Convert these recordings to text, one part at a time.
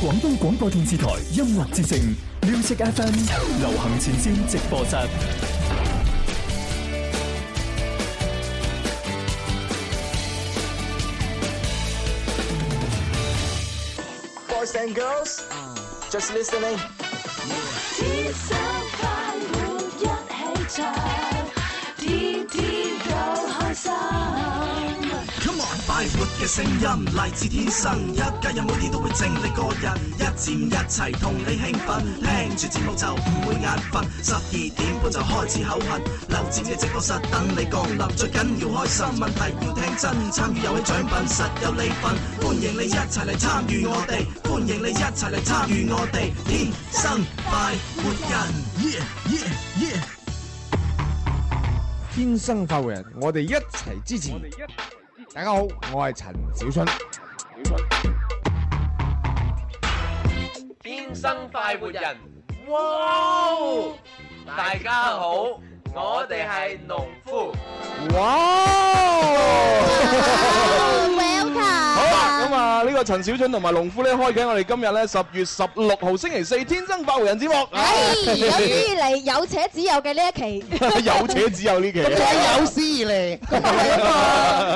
廣東廣播電視台音樂之聲 Music FM 流行前線直播室。 Boys and girls, just listening。天生快活一起唱，天天都開心。 Come on，快活嘅聲音嚟自天生，一家有每天都會正，你個人一佔一齊同你興奮，聽住節目就唔會眼瞓，十二點半就開始口痕，留自己直播室等你降臨，最緊要開心，問題要聽真，參與遊戲獎品實有你份，歡迎你一齊嚟參與我哋，歡迎你一齊嚟參與我哋，天生快活人。Yeah, yeah, yeah. 天生快活人，我哋一齊支持。大家好，我係陳小春。天生快活人，哇！大家好，我哋係農夫。好啦，咁啊呢個陳小春同埋農夫咧開緊我哋今日咧十月十六號星期四天生快活人節目。 有且只有呢期，有史以嚟，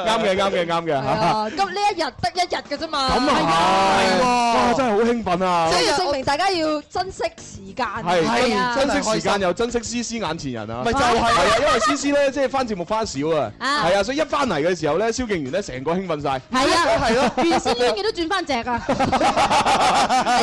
啱嘅啱嘅啱嘅嚇。係啊，咁呢一日得一日嘅啫嘛。咁啊係，哇真係好興奮啊！所以證明大家要珍惜時間。係啊。係珍惜時間又珍惜思思眼前人啊！咪就係係啊，因為思思咧即係翻節目翻少啊，啊係啊，所以一翻嚟嘅時候咧，蕭敬元咧成個興奮晒。係啊， 係咯。原先呢啲嘢都轉返隻啊。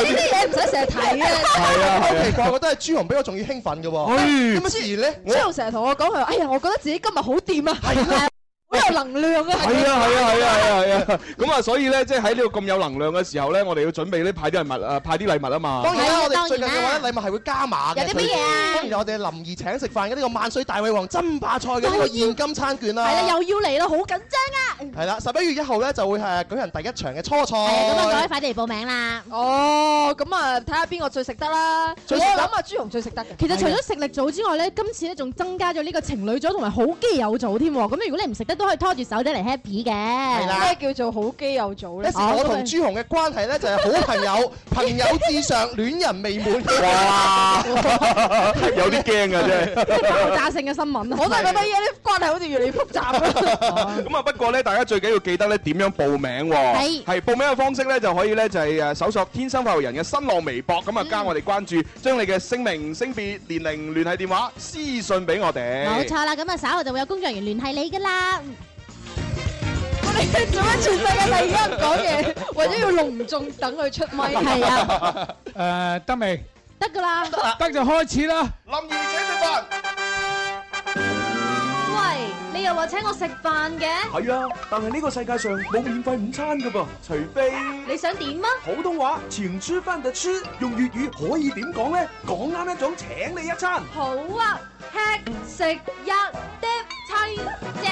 呢啲嘢唔使成日睇嘅。係啊好係奇啊，怪，我覺得係朱紅比我仲要興奮嘅喎。哎有乜事咧？張浩成日同我講，佢話，哎呀，我覺得自己今日好掂啊，係啊，好有能量啊。係啊係啊係啊係啊係啊！咁啊，所以咧即係喺呢個咁有能量嘅時候咧，我哋要準備呢派啲禮物啊，派啲禮物啊嘛。當然係啦，啊我哋最近嘅當然啦話咧，禮物係會加碼嘅。有啲乜嘢啊當然我哋林兒請食飯嘅呢個萬歲大胃王爭霸賽嘅呢個現金餐券啦。係啦，又要嚟啦，好緊張啊。係啦，十一月一號咧就會係舉行第一場嘅初賽。係啊，咁啊，各位快啲嚟報名啦。哦，咁啊，睇下邊個最食得啦。最食得？我諗啊，朱紅最食得嘅。其實除咗食力組之外咧，今次咧仲增加咗呢個情侶組同埋好基友組添喎。咁如果你唔食得，都可以拖住手仔嚟 happy 嘅。係啦咩叫做好基友組咧？一時我同朱紅嘅關係咧就係好朋友，朋友至上，戀人未滿。哇！ 有啲驚啊，真係。爆炸性 嘅新聞啊！我都係覺得依家啲關係好似越嚟越複雜啊！咁啊，不過咧，大家最緊要記得咧點樣報名喎。係係報名嘅方式咧，就可以咧就係誒搜索天生快活人嘅新浪微博，咁啊加我哋關注，將你嘅姓名、性別、年齡、聯繫電話私信俾我哋。冇錯啦，咁啊稍後就會有工作人員聯繫你噶啦。我 哋做咩全世界突然間唔講嘢，為咗要隆重等佢出咪？係啊，誒得未？得噶啦。得就開始啦。林怡請食飯。喂，你又話請我食飯嘅，係啊，但係呢個世界上冇免費午餐噶噃，除非你想點啊？普通話前吃飯就吃，用粵語可以點講咧？講啱一種請你一餐。好啊，吃食一碟青椒，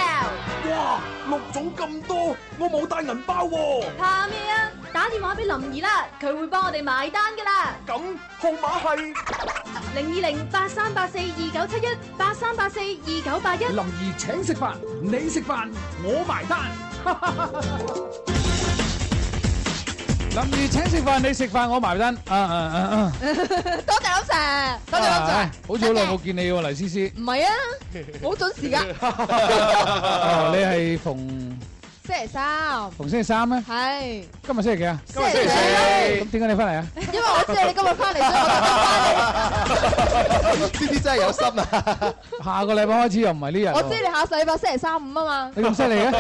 哇，六種咁多，我冇帶銀包喎、怕咩啊？打電話俾林兒啦，佢會幫我哋埋單噶啦。咁號碼係零二零八三八四二九七一八三八四二九八一。林兒請食飯，你食飯，我埋單。林兒請食飯，你食飯，我埋單。啊啊啊啊！ 多謝老謝，多謝老謝啊。好似好耐冇見你喎，黎 思思。唔係啊，好準時㗎，哦，你係逢星期三逢星期三咩？係。今日星期幾啊？星期四，咁點解你翻嚟啊？因為我知你今日翻嚟，所以我特登翻嚟。呢啲真係有心啊！下個禮拜開始又唔係呢日喎。我知你下個禮拜星期三五啊嘛，你咁犀利 嘅？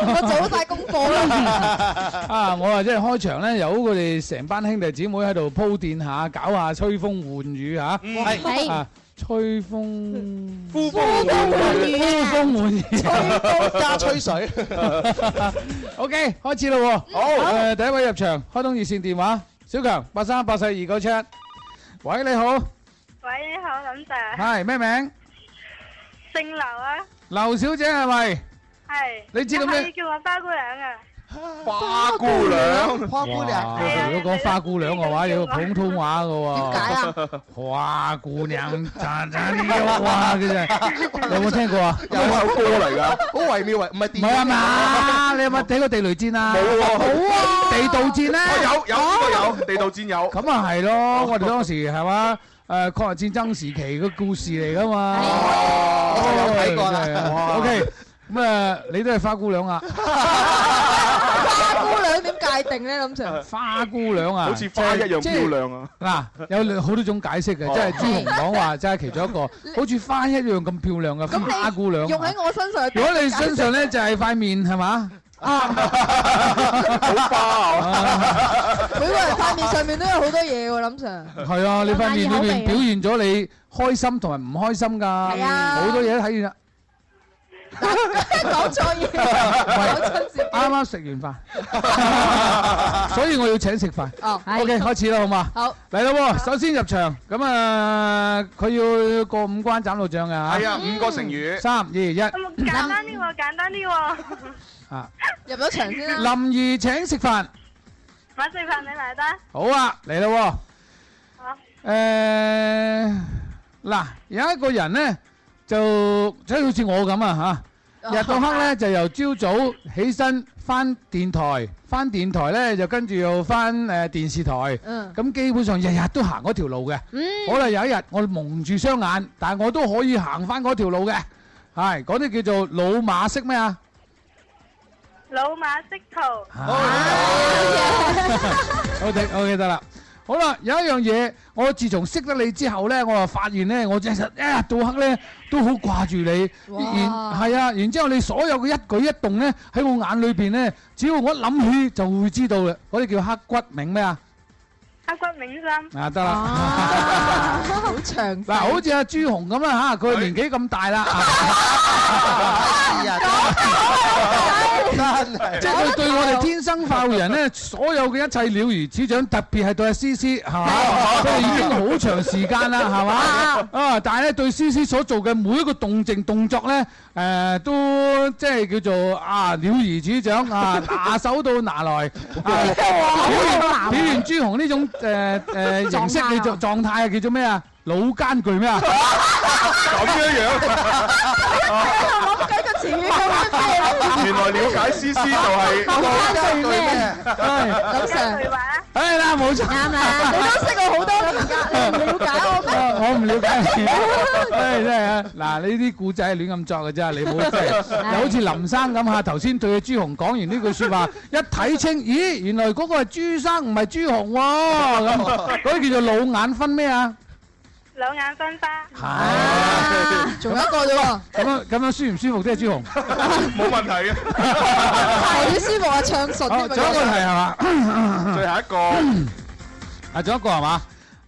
我做晒功課啦。啊！我啊，即係開場咧，由佢哋成班兄弟姊妹喺度鋪墊下，搞下吹風喚雨嚇。係係啊，吹風呼風喚雨呼風喚雨。加吹水， O K，開始啦喎。好。誒，第一位入場，開通熱線電話，小強八三八四二九七。喂，你好，喂，你好，林 Sir，係咩名？姓劉啊，劉小姐係咪？ 係，你知道我咩係你叫我花姑娘啊，花姑娘，花姑娘，如果講花姑娘嘅話，要普通話嘅喎。點解啊？花姑娘，喳喳呢個哇，佢真係有冇聽過啊？ 有首歌嚟㗎，好惟妙惟唔係電唔係啊 嘛？你有冇睇過地雷戰啊？冇喎冇啊！地道戰咧，哦有有呢個有，地道戰有。咁啊係咯，我哋當時係嘛？誒抗日戰爭時期嘅故事嚟㗎嘛，我有睇過啦真係哇 OK，咁啊，你都係花姑娘 啊？花姑娘點界定咧？諗住花姑娘啊，好似花一樣即係漂亮啊！嗱，有兩好多種解釋嘅，哦即係朱紅講話，即係其 中一個，好似花一樣咁漂亮嘅花姑娘。用喺我身上。如果你身上 咧就係塊面係嘛？每個人塊面上面都有好多嘢喎，諗 上。係啊，你塊面裏面表現咗你開心同埋唔開心㗎，係啊好多嘢都睇見啦。講錯嘢，講親自己。啱啱食完飯，所以我要請食飯。哦 OK，開始啦，好嘛？好。嚟啦喎，首先入場，咁啊，佢要過五關斬六將㗎嚇。係啊五個成語三二一，簡單啲喎，簡單啲喎，啊！入咗場先啦。林怡請食飯，買食飯你埋單。好啊，嚟啦好，啊喎。誒，嗱，有一個人咧就即係好似我咁啊嚇，哦日到黑咧就由朝早起身翻電台，翻電台咧就跟住又翻誒電視台。嗯咁基本上日日都行嗰條路嘅。嗯好啦，有一日我蒙住雙眼，但係我都可以行翻嗰條路嘅。係嗰啲叫做老馬式咩啊？老馬識途， OK OK 得啦。好啦，有一樣嘢，我自從識得你之後咧，我就發現咧，我真係一日到黑咧都好掛住你。然係啊，然之後你所有嘅一舉一動咧，喺我眼裏邊咧，只要我一諗起就會知道嘅。嗰啲叫刻骨銘咩啊？刻骨銘心，啊得啦，好長。嗱，好似阿朱紅咁啦嚇，啊佢年紀咁大啦，啊 真係即係佢對我哋天生化育人咧，所有嘅一切了如指掌，特別係對阿思思係嘛，佢哋已經好長時間啦 係嘛，啊！但係咧對思思所做嘅每一個動靜動作咧，誒、都即係叫做啊了如指掌 啊，拿手到拿來 啊，表現表現朱紅呢種誒誒形式叫做啊狀態啊叫做咩啊？老奸巨咩啊？咁樣樣，原來了解思思就係唉咁上對話，唉啦，冇錯。啱啦，你都識我好多年㗎，你唔了解我咩？我唔了 解你，唉真係啊！嗱，呢啲故仔係亂咁作嘅啫，你唔好真係，又好似林生咁嚇。頭先對阿朱紅講完呢句説話，一睇清，咦，原來嗰個係朱生唔係朱紅喎，咁啊 嗰啲叫做老眼分咩啊？兩眼分花，仲有一個啫喎，咁樣咁啊樣舒唔舒服啫，朱紅？冇問題嘅。係你舒服啊，暢順好，哦啲咪仲有一個題係嘛？ 最後一個 啊，仲有一個係嘛？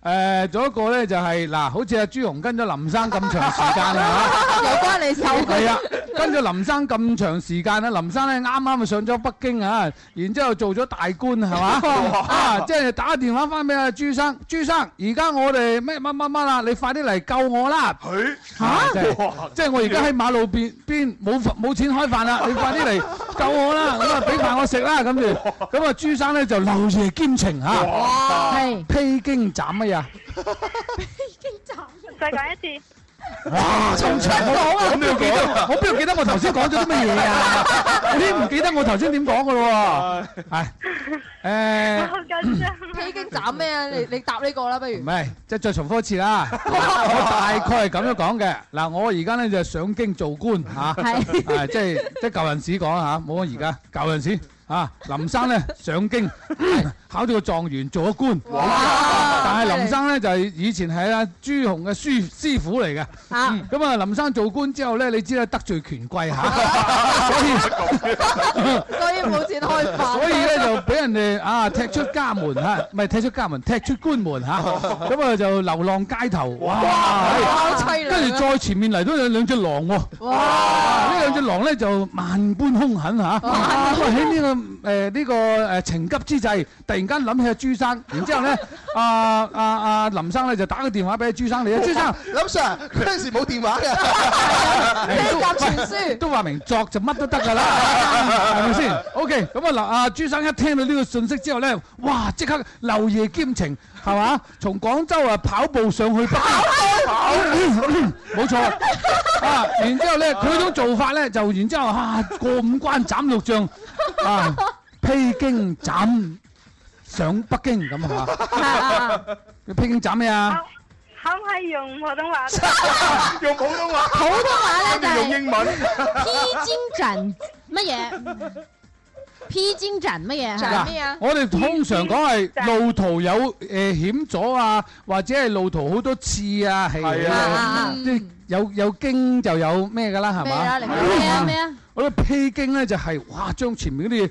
誒，仲有一個咧就係嗱，好似阿朱紅跟咗林生咁長時間啊啦嚇。 有關你事。係啊，跟住林生咁長時間啦，林生咧啱啱就上咗北京啊，然之後做咗大官係 嘛？啊，即係打電話翻俾阿朱生，朱生，而家我哋咩乜乜乜啦，你快啲嚟救我啦！佢嚇，真係哇即係我而家喺馬路邊邊冇飯冇錢開飯啦，你快啲嚟救我啦！咁啊，俾飯我食啦，咁住，咁啊，朱生咧就漏夜兼程嚇，係披荊斬乜嘢啊？再講一次，重新講啊！我邊度記得？我邊度記得我頭先講咗啲乜嘢 啊？你唔記得我頭先點講嘅咯喎？係誒，好緊張，披經斬咩啊？你你答呢個啦，不如唔。係，即係再重複一次 啦。我大概係咁樣講嘅。嗱，我而家咧就上京做官嚇，係啊即係即係舊陣時講嚇，冇講而家舊陣時啊。林生咧上京考到個狀元，做咗官。但係林生咧就係以前係阿朱紅嘅師師傅嚟嘅。啊，咁啊，林生做官之後咧，你知啦，得罪權貴 嚇，所以所以冇錢開飯。所以咧就俾人哋啊踢出家門嚇，唔係踢出家門，踢出官門嚇，咁啊就流浪街頭，哇！好凄涼啊跟住再前面嚟到有兩隻狼喎，啊哇！呢兩隻狼咧就萬般兇狠嚇，咁啊喺呢個誒呢個誒情急之際，突然間諗起阿朱生，然之後咧啊啊啊啊林生咧就打個電話俾朱生你啊，朱生，林 Sir 嗰陣時冇 電話嘅，哎都夾喂都話明作就乜都得㗎啦，係咪先？OK，咁啊嗱，阿朱生一聽到呢個信息之後咧，哇！即刻漏夜兼程係嘛？從廣州啊跑步上去北京，跑冇錯啊！然之後咧，佢種做法咧就然之後啊過五關斬六將啊，披荊斬上北京咁嚇。你披荊斬咩啊？可唔可以用普通話？用普通話普通話咧就係用英文啊披荆斬乜嘢？ 披荊斬乜嘢？嗱我哋通常講係路途有誒險阻啊，或者係路途好多刺啊，係啊啊，即係有有經就有咩㗎啦，係咩啊？嘛？嚟講咩 Ờ. 啊？咩啊？我哋披荊咧就係哇，將前面嗰啲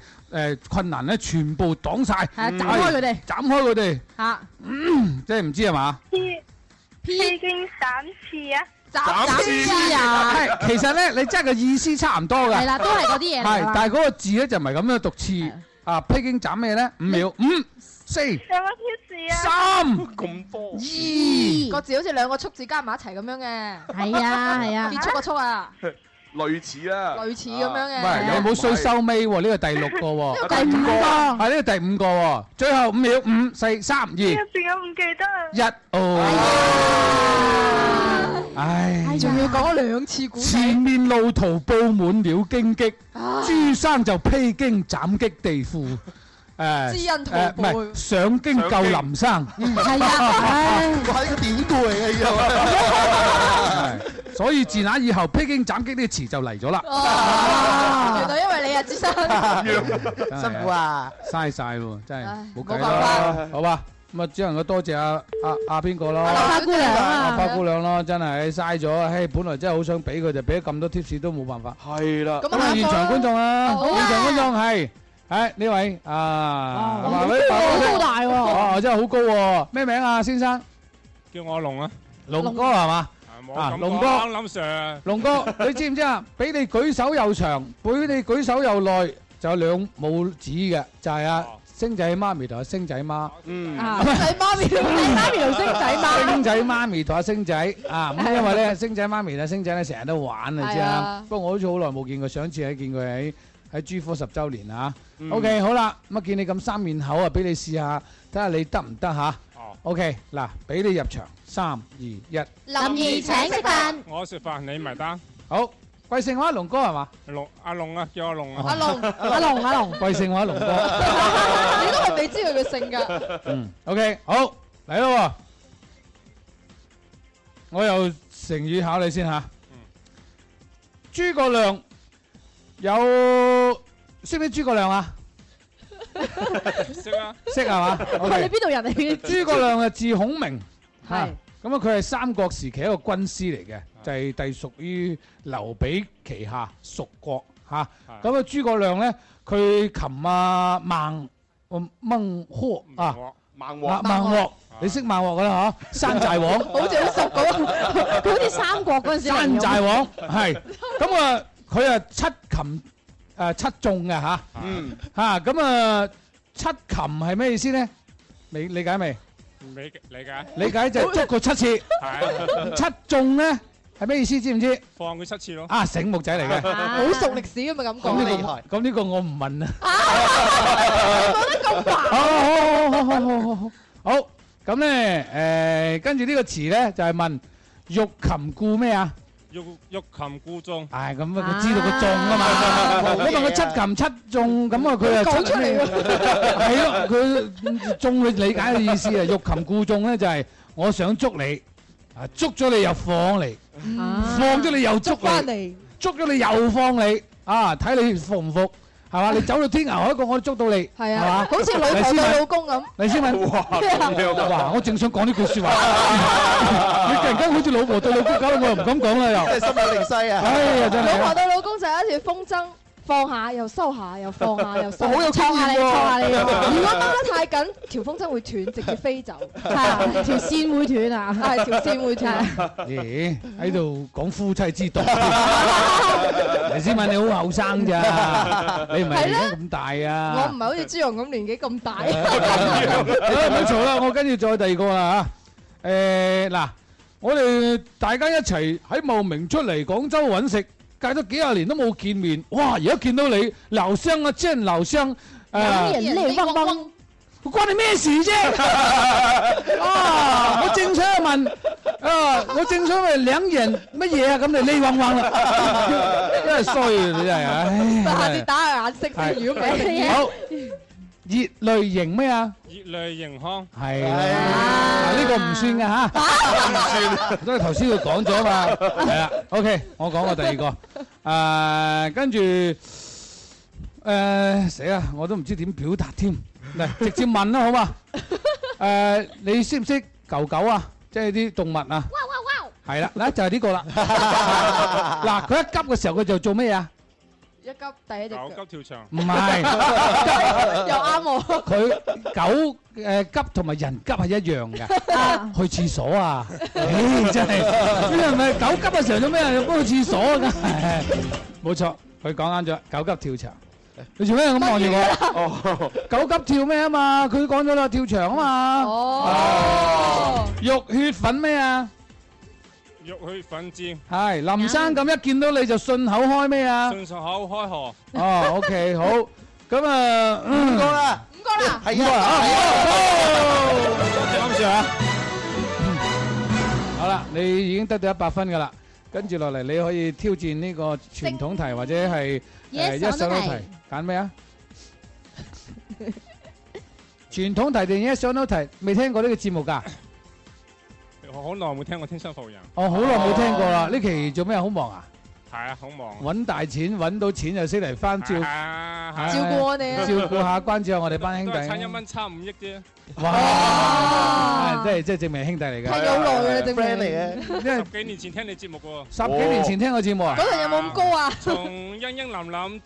誒困難咧全部擋晒，啊斬開佢哋係斬開佢哋，嚇！即係唔知係嘛？披披荊斬刺啊！係其實咧，你真係個意思差唔多㗎。係啦都係嗰啲嘢嚟㗎嘛係，但係嗰個字咧就唔係咁樣讀刺啊！披荊斬咩咧？五秒，五四。有乜貼士啊？三咁多二個字好似兩個速字加埋一齊咁樣嘅。係 啊係啊結束個速啊，類似啦，類似咁樣嘅。唔係有冇衰收尾喎？呢個第六個喎，呢個 第五個係呢個第五個喎，最後五秒，五、四、三、二、入一，邊我唔記得啊。Dạ. 哎哦，唉，仲要講兩次古仔。前面路途佈滿了荊棘啊，朱生就披荊斬棘地庫。誒，知恩圖誒唔報係上京救林生，係啊唉我係一個典故嚟嘅， 係所以自那以後披荊斬棘呢個詞就嚟哦咗啦。哇！原來因為你啊，朱生。辛苦啊！嘥晒喎，真係唉冇計冇辦啦，好吧。咁啊，只能夠多謝阿阿阿邊個咯，花姑娘啊阿花姑娘咯，真係嘥咗，嘿，本來真係好想俾佢，就俾咗咁多 tips 都冇辦法。係啦，咁啊，現場觀眾啊，好啊現場觀眾係，係呢位啊，咁啊喂好高大喎哦，真係好高喎，咩名啊，先生？叫我龍啊，龍哥係嘛？啊冇咁龍講哥啦，林 Sir。龍哥，你知唔知啊？俾你舉手又長，俾你舉手又耐，就有兩拇指嘅，就係啊星仔媽咪同阿星仔媽。嗯 啊星仔媽咪同媽咪同星仔媽星仔媽咪同阿星仔 啊，咁因為咧星仔媽咪咧星仔咧成日都玩啊，知係啊啊。不過我好似好耐冇見過，上次係見佢喺喺 G 科十週年啊。嗯 OK，好啦，咁啊見你咁三面口啊，俾你試下，睇下你得唔得吓哦 OK，嗱，俾你入場，三二一。林怡請食飯，我食飯你埋單。好，貴姓話龍哥 à 係嘛？龍阿龍啊，叫阿龍啊。阿龍 阿龍阿龍貴姓話龍哥。你都係未知佢嘅姓㗎。 嗯，OK，好嚟咯，我又成語考你先吓。諸葛亮有識唔識諸葛亮啊？識啊。識係 嘛哇你？OK，邊度人嚟嘅？諸葛亮啊，字孔明，係啊咁啊，佢係三國時期一個軍師嚟嘅，就係隸屬於劉備旗下蜀國嚇。咁啊，諸葛亮咧，佢擒啊孟嗯孟獲啊，孟啊孟獲，你識孟獲噶啦嚇，山 寨王，好似好熟咁，佢好似三國嗰陣時嚟山㗎寨王係咁啊，佢啊七擒誒七中嘅嚇，嗯嚇咁啊七擒係咩意思咧？你理解未？理理解。理解就係捉佢七次，係七中咧係咩意思？知唔知？放佢七次咯。啊，醒目仔 嚟嘅，好熟歷史咁嘅感覺。咁呢個咁呢個我唔問啦。 好好好好好好好好好，咁咧誒，跟住呢個詞咧就係問欲擒故咩啊？欲欲擒故縱。唉，咁啊，佢知道佢中啊嘛。我問佢七擒七中，咁啊佢啊講出 嚟喎係咯，佢中佢理解嘅意思啊。欲擒故縱咧就係我想捉你，啊捉咗你又放你，À. 啊放咗你又捉翻你。嚟。捉咗你又放你啊！睇你服唔服係嘛？你走到天涯海角我都捉到你係係嘛啊，好似老婆黎思敏對老公咁。黎思敏，哇！哇！我正想講呢句説話，你突然間好似老婆對老公搞到我又唔敢講啦又。真係 心有靈犀啊哎呀，真係老啊婆對老公就係一條風箏，放下又收下又放下又收下，哇好有經錯下驗你喎錯下你。如果掹得太緊，條風箏會斷，直接飛 走。係啊，條線會斷啊！係條線會斷。 咦，喺度講夫妻之 道。黎思敏你好後生 咋，你唔係係年啦紀咁大我啊唔。係好似朱容咁年紀 咁大。唔好嘈啦，我跟住再第二個啦嚇。 誒嗱，我哋大家一齊喺茂名出嚟廣州揾食，隔咗幾廿年都冇見面，哇！而家見到你，留聲啊，真留聲 À. 有誒。人嚟嗡嗡，關你咩事啫？ 啊！我正想問啊，我正想問兩人乜嘢啊？咁你呢嗡嗡啦，真係衰啊！你真係，唉。下次真係打下眼色先，如果唔係好熱淚型咩啊？熱淚盈眶，係啦，呢個唔算嘅嚇，唔 算，因為頭先佢講咗嘛，係啦，OK，我 Dạ, 講過第二個，誒，跟住 à, 誒死啦，我都唔知點表達添，嚟直接問啦好嘛？誒，你識唔識狗狗啊？即係啲動物啊？係啦，嗱就係呢 個啦，嗱佢一急嘅時候佢就做咩啊？一急第一隻腳，急跳牆，唔 係，又啱我。佢狗誒急同埋人急係一樣嘅。去廁所啊！唉，真係，呢係咪狗急嘅時候做咩啊？要幫去廁所㗎？冇錯，佢講啱咗，狗急跳牆。你做咩咁望住我？狗急跳咩啊嘛？佢講咗啦，跳牆啊嘛。À. 哦，肉血粉咩啊？欲去奮戰，係林生咁一見到你就信口開咩啊？順手口開河，哦，OK，好，Ờ, 咁啊， 五個 à. 啦，五個啦，係啊，啱住啊！好啦，你已經得到一百分噶啦，跟住落嚟你可以挑戰呢個傳統題或者係誒 Yes 一手 or no 題，揀咩啊？傳統題定 yes or no 題？未聽過呢個節目㗎？我好耐冇聽過天生浮人，我好耐冇聽過啦。呢期做咩啊好忙啊？係啊，好忙，揾大錢揾到錢就識嚟翻照照 Ờ. 照顧我哋啊照顧下關照下我哋班都兄係差一弟。蚊差五億啫，Vâng. 哇！真係真係證明兄弟嚟㗎。係有耐㗎啦證明 friend 嚟因為十幾年前聽你節目喎，十幾年前聽過節目啊。嗰度有冇咁高啊？從欣欣林林誒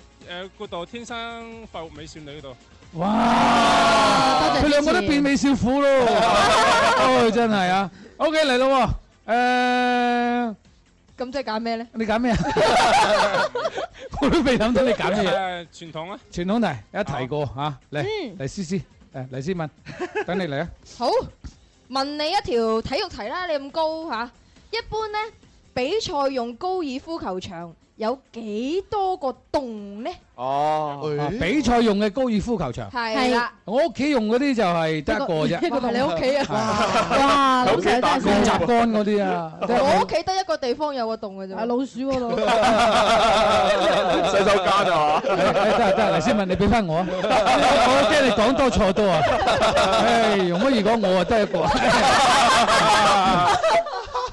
嗰度天生快活美少女嗰度，哇！佢兩個都變美少婦咯，唉，真係啊。OK 嚟咯喎，誒，咁即係揀咩咧？你揀咩啊？我都未諗到你揀咩嘢。誒傳統啊，傳統題一提過嚇，嚟嚟思思，誒黎思敏，等你嚟啊。好，問你一條體育題啦，你咁高吓，一般呢，比賽用高爾夫球場有幾多個洞呢？哦，比賽用嘅高爾夫球場。係啦，我屋企用嗰啲就係得一個啫。哇你屋企啊？哇老細真係練習杆嗰啲啊，我屋企得一個地方有個洞嘅啫。係老鼠嗰度。 洗手間 啊誒得得，黎思敏你俾翻我 啊！我驚你講多錯 多啊！唉，容乜易講我啊，得一個。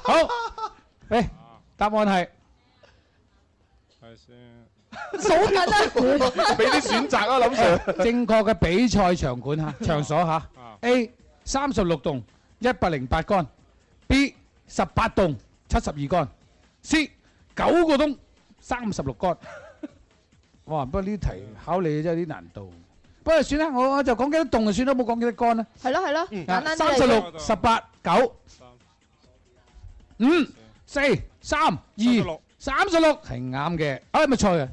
好，誒，答案係係先，數緊啊 俾啲選擇啊林 Sir 啊正確嘅比賽場館嚇，場所嚇。A 三十六洞，一百零八杆；B 十八洞，七十二杆；C 九個洞，三十六 杆。哇！不過呢題考你真係有啲難度。不過算啦，我我就講幾多洞就算啦，冇講幾多杆啦。 係咯係咯，簡單啲三嚟十講六、十八、九、五、四、三、二、三十六係啱嘅，啊係咪錯嘅？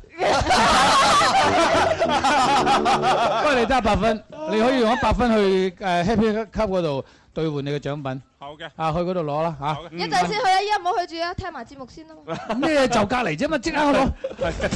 不過你得一百分，你可以用一百分去誒 à, Happy Cup 嗰度兌換你嘅獎品。好嘅，啊去嗰度攞啦嚇。一陣先去啊，依家唔好去住啊，聽埋節目先啦。咩就隔離啫嘛，即刻去攞。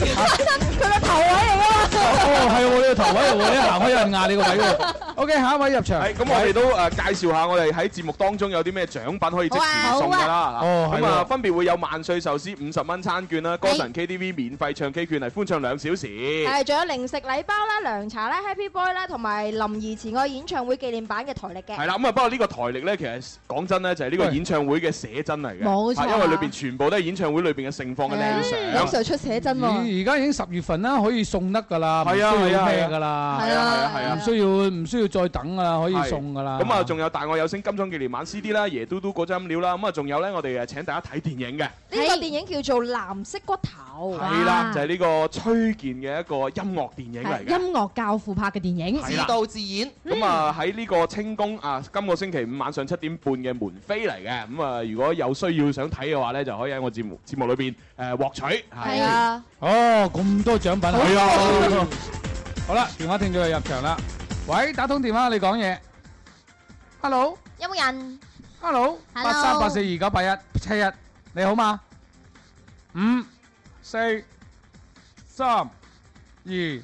佢個頭位嚟 哦，係喎，你個頭位喎，你一行開有人壓你個位喎。OK，下一位入場。係咁，我哋都誒介紹下我哋喺節目當中有啲咩獎品可以即啊時送㗎啦。哦係喎咁啊，分別會有萬歲壽司五十蚊餐券啦，歌神 KTV 免費唱 K 券嚟歡唱兩小時。係，仲有零食禮包啦、涼茶啦、Happy Boy 啦，同埋林兒慈愛演唱會紀念版嘅台歷嘅。係啦，咁啊，不過呢個台歷咧，其實講真咧，就係呢個演唱會嘅寫真嚟嘅，冇錯啊啊因為裏邊全部都係演唱會裏邊嘅盛況嘅靚林相。 Sir 出寫真喎，而而家已經十月份啦，可以送得㗎啦，唔需係啊係要啊咩㗎啦，係啊係啊係啊唔需要唔需要再等㗎啦，可以送㗎啦。咁啊，仲有大愛有聲金鐘紀念晚 CD 啦，椰嘟嘟嗰張料啦，咁啊，仲有咧，我哋誒請大家睇電影嘅，呢個電影叫做《藍色骨頭》。係啦，就係呢個個崔健嘅一個音樂電影嚟嘅。音樂教父拍嘅電影，嗯係啦咁啊喺呢個清宮啊，今個星期五晚上七點半嘅門飛嚟嘅，咁啊如果有需要想睇嘅話咧，就可以喺我節目節目裏邊誒獲取。係係啊。哦，咁多獎品啊！係啊好啦，電話聽眾就入場啦。喂，打通電話，你講嘢。Hello，有冇人？Hello，八 Ờ. 三八四二九八一七一，你好嘛？五、四、三、二、零。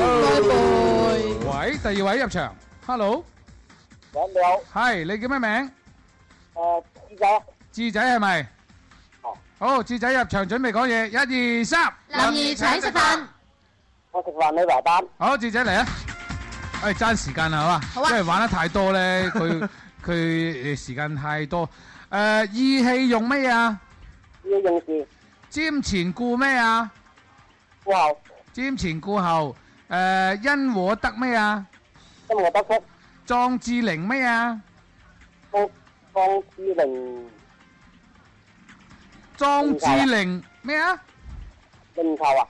喂，第二位入場。Hello，你好。係，你叫咩名？誒，志仔。志仔係咪？好，志仔入場準備講嘢，一二三。林兒請食飯，我食飯你埋單。好，志仔嚟啊！誒，爭時間啦，好嘛？好啊。因為玩得太多咧，佢佢誒時間太多。誒、意氣用咩啊？要用字。瞻前顧咩啊？顧後。瞻前顧後。誒、因和得咩啊？因和得福。壯志凌咩啊？壯壯志凌。壯志凌咩啊？零頭啊！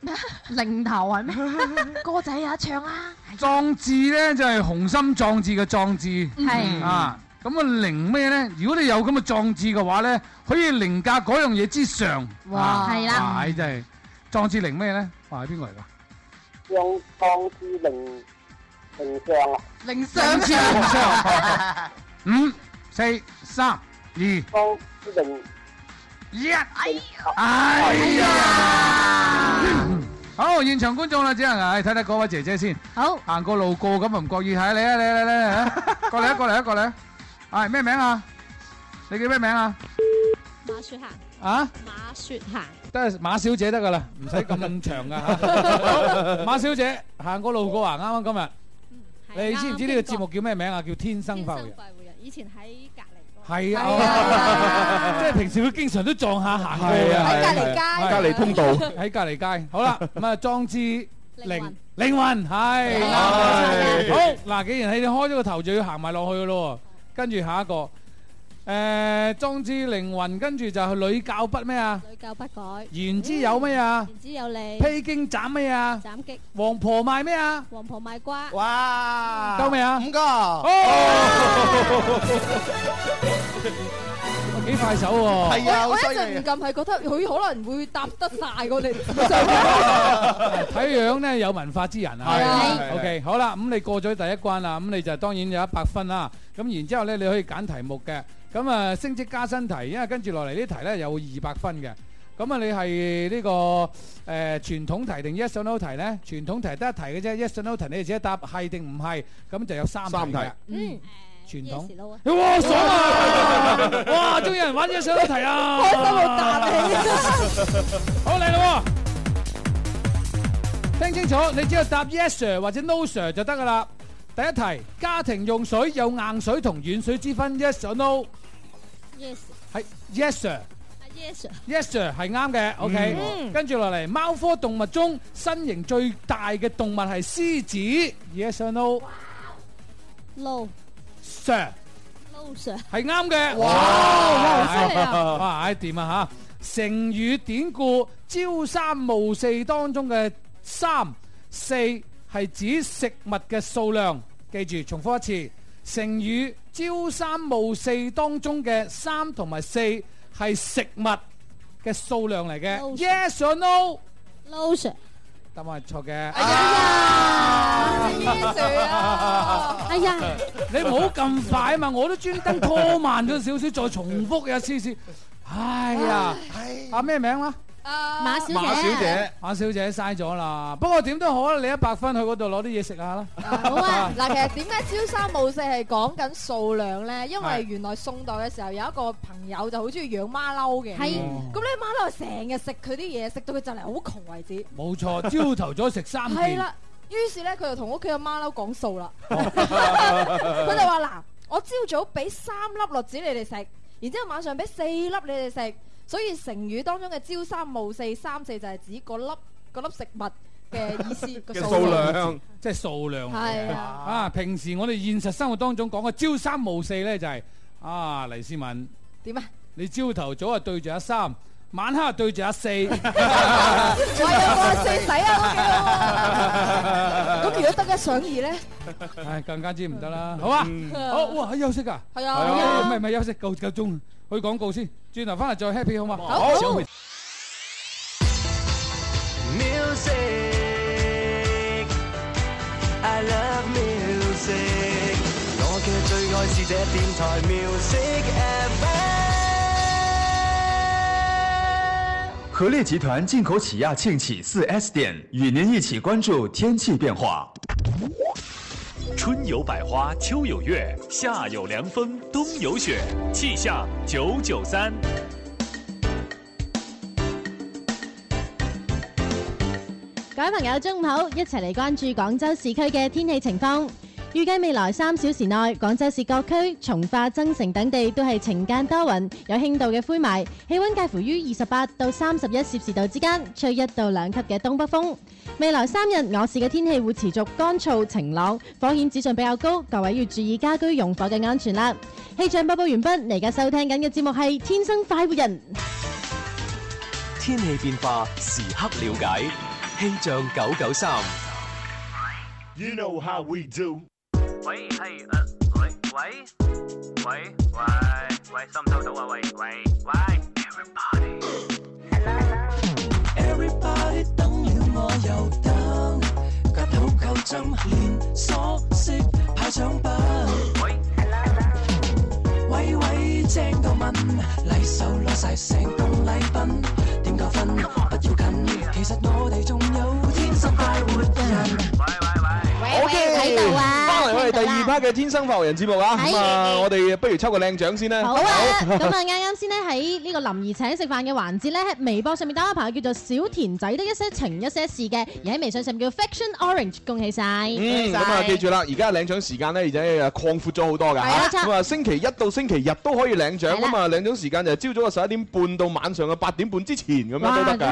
零頭 係咩？歌仔有得唱啊！壯志咧就係雄心壯志嘅壯志，係啊。咁啊凌咩咧？如果你有咁嘅壯志嘅話咧，可以凌駕嗰樣嘢之上。哇啊係啦哇真係壯志凌咩咧？哇，係邊個嚟㗎？ 用放置零零上啊！零上次零上，五四三二，放置零一，哎呀！好，現場觀眾啦，只能唉睇睇嗰位姐姐先。好，行過路過咁啊，唔覺意睇下你啊，你啊你啊你啊，過嚟啊過嚟啊過嚟啊！係咩名啊？你叫咩名啊？馬雪行，啊？馬雪行，得馬小姐得噶啦，唔使咁長噶嚇。馬小姐行過路過啊，啱啱今日，你知唔知呢個節目叫咩名啊？叫《天生發育人》。快活人，以前喺隔離，係 啊，即係平時會經常都撞下行過係啊啊喺隔離街係隔離通道喺隔離街。好啦，咁啊，裝置靈靈魂係係好嗱，既然你哋開咗個頭，就要行埋落去咯喎。跟住下一個誒，裝置靈魂，跟住就係女教筆咩啊？屢教不改。言之有咩啊？言之有理，披荊斬咩啊？斬擊，黃婆賣咩啊？黃婆賣瓜。哇 À. Ừ. 夠未啊？五個。哇幾快手喎！我我一陣唔撳係覺得佢可能會答得晒我哋。睇樣咧有文化之人啊。係啊係 OK，好啦，咁你過咗第一關啦，咁你就當然有一百分啦。咁然之後咧，你可以揀題目嘅。咁啊，升職加薪題，因為跟住落嚟呢題咧有二百分嘅。咁啊，你係呢個誒傳統題定 yes or no 題咧？傳統題得一題嘅啫，yes or no 題你就只係答係定唔係，咁就有三題三題嘅。嗯，傳統 yes or no 啊，哇爽啊！哇，終於有人玩 yes or no 題啊！開心到好嚟啦喎！聽清楚，你只要答 yes sir 或者 no sir 就得噶啦。第一題，家庭用水有硬水同軟水之分，yes or no？ yes 係 yes sir。啊 yes Yes sir 係啱嘅，OK。嗯跟住落嚟，貓科動物中身形最大嘅動物係獅子，yes or no no？Sir no sir，係啱嘅。哇好犀利啊哇，唉掂啊嚇！成語典故「朝三暮四」當中嘅三四係指食物嘅數量，記住重複一次。成語「朝三暮四」當中嘅三同埋四係食物嘅數量嚟嘅。Yes or no？ no sir，答案係錯嘅。哎呀，你唔好咁快啊嘛，我都專登拖慢咗少少，再重複嘅試試。哎 Ừ. 呀，啊咩名話？馬小姐，，馬小姐嘥咗啦。不過點都好啊，你一百分去嗰度攞啲嘢食下啦。好啊嗱，其實點解朝三暮四係講緊數量咧？因為係原來宋代嘅時候有一個朋友就好中意養馬騮嘅，係咁咧馬騮成日食佢啲嘢，食到佢就嚟好窮為止。冇錯，朝頭早食三係件。啦， 於是咧佢就同屋企嘅馬騮講數啦。佢佢就話嗱，我朝早俾三粒栗子你哋食，然之後晚上俾四粒你哋食，所以成語當中嘅朝三暮四，三四就係指嗰粒嗰粒食物嘅意思 個數量。，即係數量嚟係嘅。啊啊，平時我哋現實生活當中講嘅朝三暮四咧，就係啊黎思敏點啊？你朝頭早啊對住阿三，晚黑對住阿四， 唉，更加之唔得啦，好啊，好，哇，休息啊，係啊係係啊唔係唔係休息，夠夠鐘，去廣告先，轉頭翻嚟再 happy 好嘛？好好小梅 Music, I love music。我嘅最愛是這電台 Music FM。合力集团进口起亚庆起四 S 店与您一起关注天气变化。春有百花，秋有月，夏有凉风，冬有雪。气象九九三。各位朋友，中午好，一齊嚟關注廣州市區嘅天氣情況。預計未來三小時內，廣州市各區、從化、增城等地都係晴間多雲，有輕度嘅灰霾，氣温介乎於二十八到三十一攝氏度之間，吹一到兩級嘅東北風。未來三日，我市嘅天氣會持續乾燥晴朗，火險指數比較高，各位要注意家居用火嘅安全啦。氣象播報完畢，你而家收聽緊嘅節目係《天生快活人》。天氣變化時刻了解，氣象九九三。 You know how we do. 喂，係誒，喂喂喂喂喂，收唔收到啊？喂喂喂，Everybody 等了我又等，夾到夠鐘，連鎖式派獎品。喂喂，正到問，禮手攞晒成棟禮品，點夠分？不要緊，其實我哋仲有天生快活人。 OK，翻嚟我哋第二 part 嘅天生浮人節目啊，係咁啊，我哋不如抽個靚獎先啦。好啊！咁啊，啱啱先咧喺呢個林兒請食飯嘅環節咧，喺微博上面打個朋友叫做小田仔的一些情一些事嘅，而喺微信上面叫 Faction Orange，恭喜晒！嗯，咁啊，記住啦，而家領獎時間咧，而且誒擴闊咗好多㗎係啊嚇。咁啊，星期一到星期日都可以領獎，係啦咁啊，領獎時間就係朝早嘅十一點半到晚上嘅八點半之前咁樣都得㗎。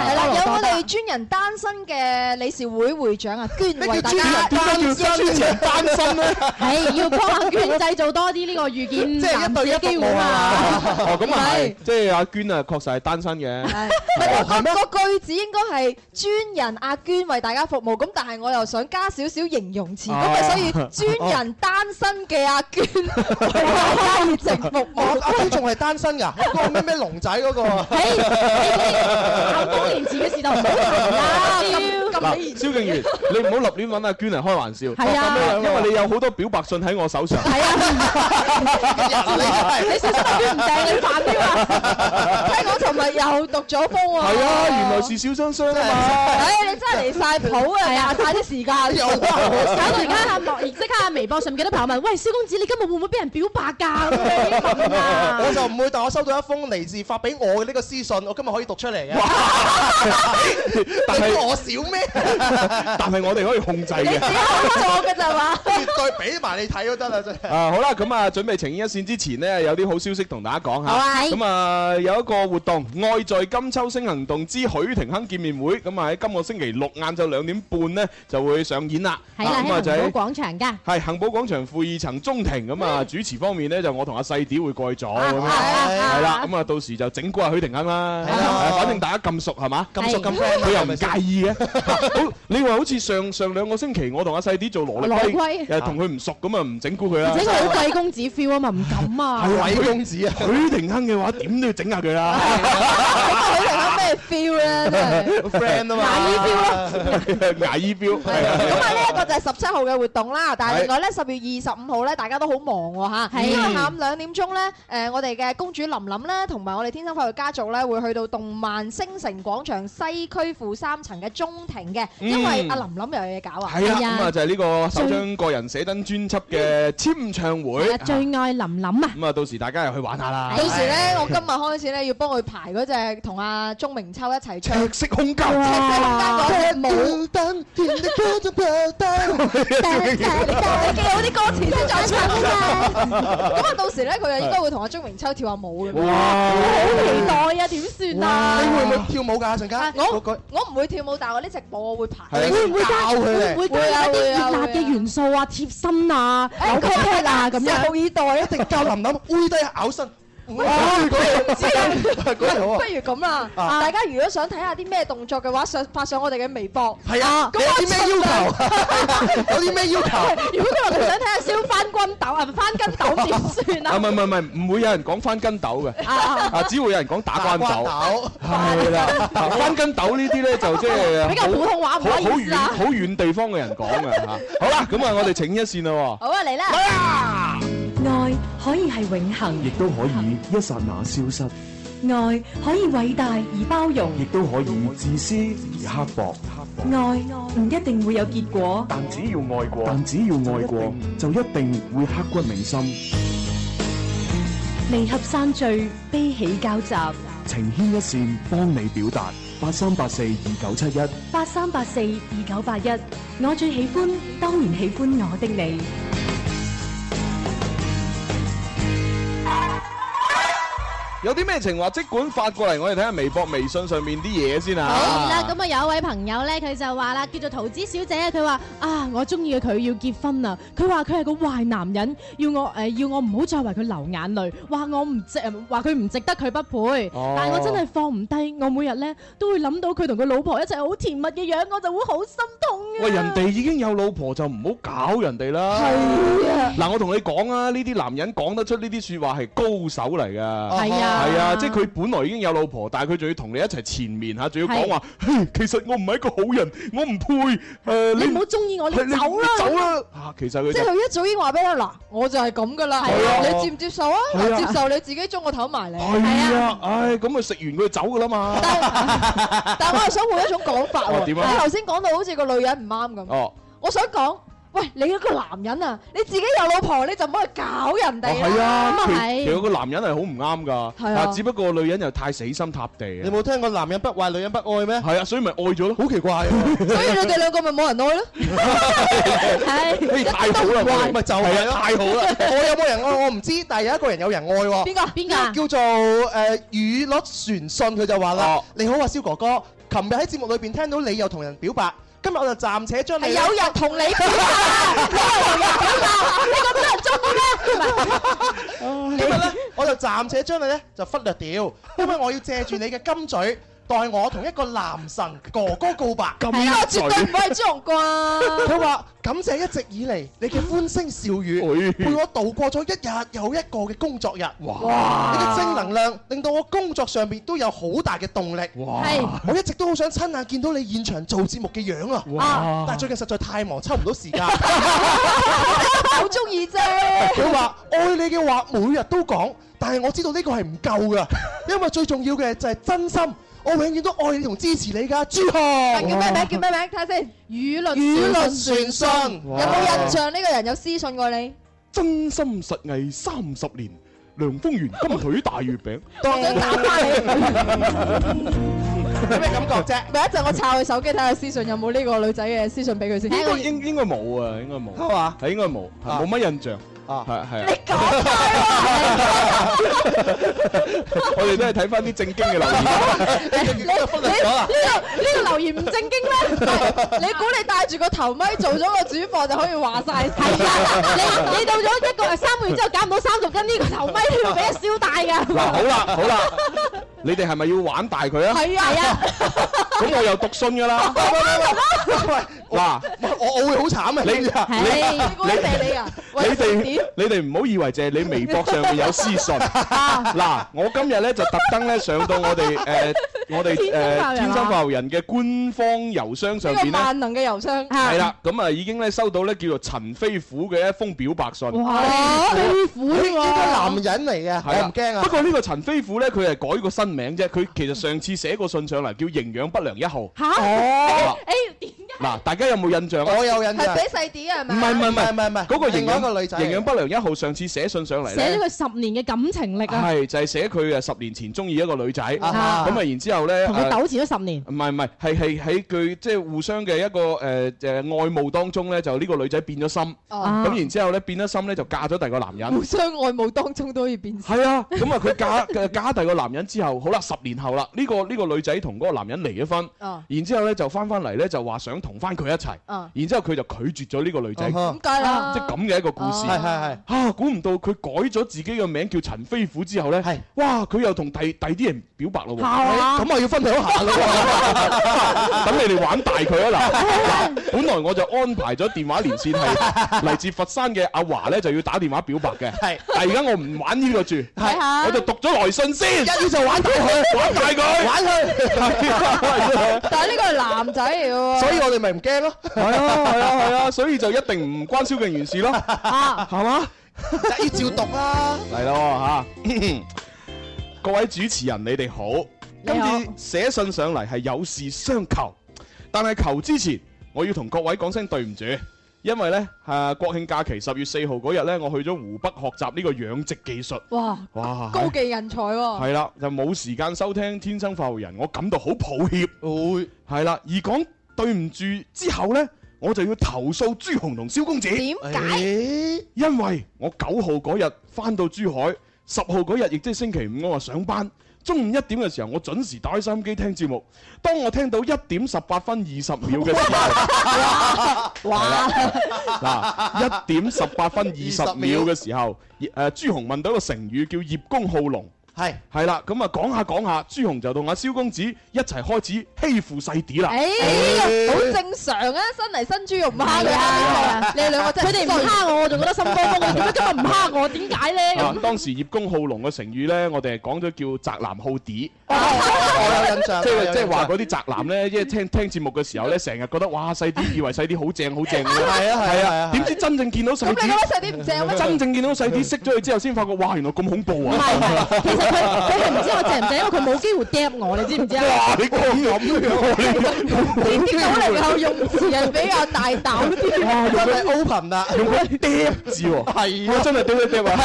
啊 係要幫阿娟製造多啲呢個遇 見即係一男子對一嘅機會嘛！哦，咁啊係，即係阿娟啊，確實係單身嘅。哎咁咪所以 專人單身嘅阿娟。 我阿娟仲係單身㗎，嗰個咩咩龍仔嗰個啊。嗱，蕭敬元，你唔好立亂揾阿娟嚟開玩笑。哦係啊咁樣因為你有好多表白信喺我手上。係 聽講尋日又讀咗封喎。啊，原來是小雙雙啊 嘛。唉，你真係離晒譜啊，嘥啲時間。搞到而家喺微博上面嗰啲朋友問，喂，蕭公子，你今日會唔會俾人表白㗎？咁樣已經問啦。啊 我就唔會，但我收到一封嚟自發俾我嘅呢個私信，我今日可以讀出嚟嘅。但係你估我少 咩？但係我哋可以控制嘅。絕對俾埋你睇都得啦，真係。啊，好啦，咁啊，準備呈現一線之前呢，有啲好消息同大家講下。好啊哎咁啊，有一個活動《愛在金秋星行動之許廷鏗見面會》，咁啊喺今個星期六晏晝兩點半呢就會上演啦。係啦，啊咁啊就喺喺文武廣場㗎。係恒寶廣場負二層中庭咁啊，主持方面咧就我同阿細啲會過去咗咁樣，係啦，咁啊到時就整蠱阿許廷鏗啦，係反正大家咁熟係嘛，咁熟咁 friend 佢又唔介意嘅。 好，你話好似上上兩個星期我同阿細啲做羅力羅力龜，龜又同佢唔熟咁啊，唔整蠱佢啦。而且佢好貴公子feel啊嘛，唔敢啊。係啊子啊！許廷鏗嘅話點都要整下 佢啦。你真係離晒譜啊，真係。 friend 啊嘛，牙醫標咯， 牙醫標係啊。 咁啊，呢一個就係17號嘅活動啦，但係係。另外呢，10月25號呢，大家都好忙喎吓，係。因為下午兩點鐘呢，誒，我哋嘅公主琳琳呢，同埋我哋天生快活家族呢，會去到動漫星城廣場西區負三層嘅中庭嘅，嗯。因為阿琳琳又有嘢搞啊。嗯係啦，咁啊就係呢個首張個人寫真專輯嘅簽唱會，係啊，最愛琳琳啊。咁啊到時大家又去玩下啦。到時哎咧，我今日開始咧要幫佢排嗰隻同阿鐘明秋一齊唱《赤色空間》赤色空間嗰隻舞。等電的歌就飄你記好啲歌詞先再唱啊！咁啊，到時咧佢就應該會同阿鐘明秋跳下舞嘅。哇好期待啊！點算啊？你會唔會跳舞㗎？陣間我我唔會跳舞，但係我呢隻播我會排。係啊會唔會加教佢哋會唔會加會啊，一啲會啊，熱辣嘅元素啊，貼身啊，扭曲啊，咁樣。一定教琳琳，跪低咬身，不如咁啦，啊大家如果想睇下啲咩動作嘅話，上發上我哋嘅微博。係 à, 啊咁你有我啲啊咩要求盡量有啲咩要求如果你話佢想睇下燒 翻軍斗啊，翻筋斗點算啊，啊唔？係唔係唔係，唔會有人講翻筋斗嘅，啊啊啊，只會有人講打關打關斗，係 啦，啊翻筋斗呢啲咧就即係比較普通話唔好好好意思遠啊好遠地方嘅人講嘅嚇。好啦，咁啊，我哋請一線啦喎。好啊，嚟啦！à. 愛可以係永恆，亦都可以一刹那消失，愛可以偉大而包容，亦都可以自私而刻薄。愛唔一定會有結果。但只要愛過，但只要愛過，就一定會刻骨銘心。離合散聚，悲喜交集。情牽一線，幫你表達。八三八四二九七一。八三八四二九八一，我最喜歡，當然喜歡我的你。有啲咩情話，即管發過嚟，我哋睇下微博、微信上面啲嘢先啊。好啦，咁啊有一位朋友咧，佢就話啦，叫做桃子小姐，佢話啊，我中意嘅佢要結婚啦，佢話佢係個壞男人，要我誒、呃要我唔好再為佢流眼淚，話我唔值，呃話佢唔值得佢不配，哦但係我真係放唔低，我每日咧都會諗到佢同佢老婆一齊好甜蜜嘅樣，我就會好心痛啊！喂，人哋已經有老婆就唔好搞人哋啦。係啊嗱，我同你講啊，呢啲男人講得出呢啲説話係高手嚟㗎。係啊係啊，即係佢本來已經有老婆，但係佢仲要同你一齊纏綿嚇，仲要講話，嘿其實我唔係一個好人，我唔配誒。你唔好中意我，你係走啦！你走啦！啊，其實佢即就係佢一早已經話俾你聽嗱，我就係咁噶啦，係啊你接唔接受啊？係啊接受你自己中個頭埋嚟。係啊，唉，咁啊食完佢就走㗎啦嘛。但係我係想換一種講法哦喎。點啊你頭先講到好似個女人唔啱咁，哦。我想講。喂，你一個男人啊，你自己有老婆，你就唔好去搞人哋係啊，咁啊其其實係。個男人係好唔啱㗎，係啊只不過女人又太死心塌地啊你。冇聽過男人不壞女人不愛咩？係啊，所以咪愛咗咯，好奇怪啊！所以你哋兩個咪冇人 愛咯。係 太好啦，我哋咪就係係咯，！啊太好啦 我有冇人愛我唔知，但係有一個人有人愛喎。邊個邊個？叫做誒雨落船信，佢就話啦：你好啊，蕭哥哥，琴日喺節目裏邊聽到你又同人表白，今日我就暫且將你係有人同你表白，有人表 白，你覺得人中意今日咧，我就暫且將你咧就忽略掉，因為我要借住你嘅金嘴。代我同一個男神哥哥告白，咁係啊嘴絕對唔係朱紅啩佢話感謝一直以嚟你嘅歡聲笑語，陪我度過咗一日又一個嘅工作日。哇你嘅正能量令到我工作上面都有好大嘅動力。係我一直都好想親眼見到你現場做節目嘅樣啊！哇但係最近實在太忙，抽唔到時間。好中意啫。佢話愛你嘅話，每日都講，但係我知道呢個係唔夠 噶，因為最重要嘅就係真心。我永遠都愛你同支持你噶，朱叫浩。咩名？叫咩名？睇下先。雨律雨船律船信有冇印象呢個人有私信過你？ 真心實藝三十年，梁風源金腿大月餅。我想打翻你。有咩感覺啫？咪一陣我抄佢手機睇下私信有冇呢個女仔嘅私信俾佢 先。應該應應該冇啊，應該冇。係嘛？係應該冇，係冇乜印象。啊，係係。你講 我哋都係睇翻啲正經嘅留 言。你你呢個呢個留言唔正經咩？係你估你戴住個頭咪做咗個主播就可以話晒？係啊，你到咗一個三個月之後減唔到三十斤呢個頭咪都要俾人啊燒大 㗎。嗱，好啦好啦，你哋係咪要玩大佢啊？係啊 係啊，咁我又讀信 㗎啦。嗱，我我會好慘啊！你知唔知啊你你估得你啊？你哋你哋唔好以為就係你微博上面有私信。嗱，我今日咧就特登咧上到我哋誒我哋天誒天生快活人啊生發育人嘅官方郵箱上呢個邊萬咧。能嘅郵箱係啦，咁啊已經咧收到咧叫做陳飛虎嘅一封表白信。哇係啦飛呢呢個男人嚟嘅，我虎喎唔驚啊不。過呢個陳飛虎咧，佢係改個新名啫。佢其實上次寫個信上嚟叫營養不良一號。嚇哦！誒點？嗱，大家有冇印象啊？我有印係俾細啲啊嘅係唔係咪？唔係唔係唔係唔係嗰個營另外養一個女仔嚟營養不良一號上次寫信上嚟咧，寫咗佢十年嘅感情力啊，係就係寫佢誒十年前中意一個女仔，咁啊哈啊然之後咧，同佢誒糾纏咗十年。唔係唔係，係係喺佢即係互相嘅一個誒誒愛慕當中咧，就呢個女仔變咗心，哦咁然之後咧變咗心咧就嫁咗第二個男人互。相愛慕當中都可以變。係啊，咁啊佢嫁 嫁嫁咗第二個男人之後，好啦，十年後啦，呢個呢個女仔同嗰個男人離咗婚哦，然之後咧就翻翻嚟咧就話想同翻佢一齊，嗯然之後佢就拒絕咗呢個女仔，啊哈咁梗係啦即係咁嘅一個故事。係係係啊，估唔到佢改咗自己嘅名叫陳飛虎之後呢，哇！佢又同第第啲人表白咯喎，係嘛咁我啊要分享下啦，等你哋玩大佢啊嗱！嗱本來我就安排咗電話連線係嚟自佛山嘅阿華呢，就要打電話表白嘅，係，但係而家我唔玩呢個住，係係我就讀咗來信先，一於就玩大佢玩大佢，玩佢係啊 但係呢個係男仔嚟嘅喎，所以我哋咪唔驚咯。哦係啊係啊係啊，所以就一定唔關蕭敬元事咯，啊係嘛？要照讀啦。嚟咯啊吓， 各位主持人你哋好，你好今次寫信上嚟係有事相求，但係求之前我要同各位講聲對唔住。因為呢，誒、國慶假期十月四號嗰日呢，我去咗湖北學習呢個養殖技術。哇，哇高技人才喎，係啦，就冇時間收聽《天生發育人》，我感到好抱歉。會係啦，而講對唔住之後呢，我就要投訴朱紅同蕭公子。點解？因為我九號嗰日翻到珠海，十號嗰日亦即係星期五，我話上班。中午一點嘅時候，我準時打開收音機聽節目。當我聽到一點十八分二十秒嘅時候，哇！嗱，一點十八分二十秒嘅時候，誒、朱紅問到一個成語叫葉公好龍。係係啦，咁啊講下講下，朱紅就同阿蕭公子一齊開始欺負細啲啦。哎誒，哎好正常啊，新嚟新豬肉唔蝦你啊，你哋兩個真係佢哋唔蝦我，我仲覺得心慌慌。點解今日唔蝦我？點解咧？啊咁！當時葉公好龍嘅成語咧，我哋係講咗叫宅男好啲，哦我有印象。即我有係印即係話象嗰啲宅男咧，即係聽聽節目嘅時候咧，成日覺得哇細啲，以為細啲好正好正嘅，係啊係啊係係啊啊，點知真正見到細咁你覺得細啲，啲唔正咩？真正見到細啲識咗佢之後，先發覺哇原來咁恐怖啊！其實佢佢係唔知我正唔正，因為佢冇機會嗒我，你 知唔知啊？哇你講咁樣，你啲狗嚟後用詞係比較大膽啲，哇真係 open 啦，用嗰啲嗒字喎，係啊，真係嗒嗒嗒啊！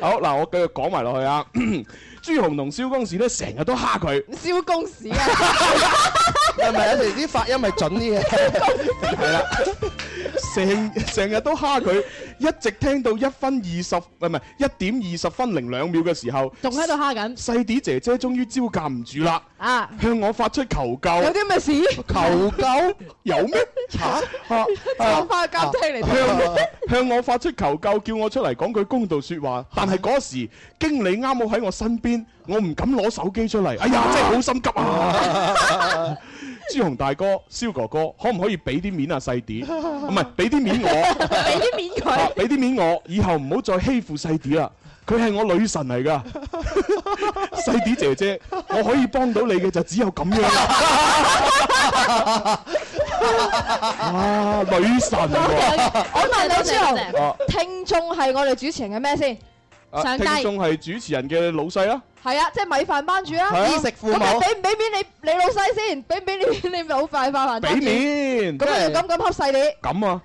好嗱，我繼續講埋落去啊。朱紅同蕭公子咧，成日都蝦佢。燒公 屎啊！係咪有時啲發音係準啲嘅？系啦，成成日都蝦佢，一直聽到一分二十，唔係一點二十分零兩秒嘅時候，仲喺度蝦緊。細啲姐姐終於招架唔住啦，啊！向我發出求救。有啲咩事？求救有咩？嚇 嚇我翻去監聽嚟聽。啊向我發出求救，叫我出嚟講句公道説話。但係嗰時經理啱好喺我身邊，我唔敢攞手機出嚟。哎呀，真係好心急啊！ 朱紅大哥、蕭哥哥，可唔可以俾啲面啊細 啲？唔係俾啲面我，俾啲面啊佢，俾啲面我，以後唔好再欺負細啲啦。啊佢係我女神嚟㗎，細啲姐姐，我可以幫到你嘅就只有咁樣啦。啊，女神喎！我問你朱啊紅，聽眾係我哋主持人嘅咩先？啊上聽帝眾係主持人嘅老細啦，係啊，即係米飯班主啊係，啊衣食父母咁你俾唔俾面你你老細先？俾唔俾你你老快飯飯班俾主？面。咁你要咁咁恰細你。咁啊，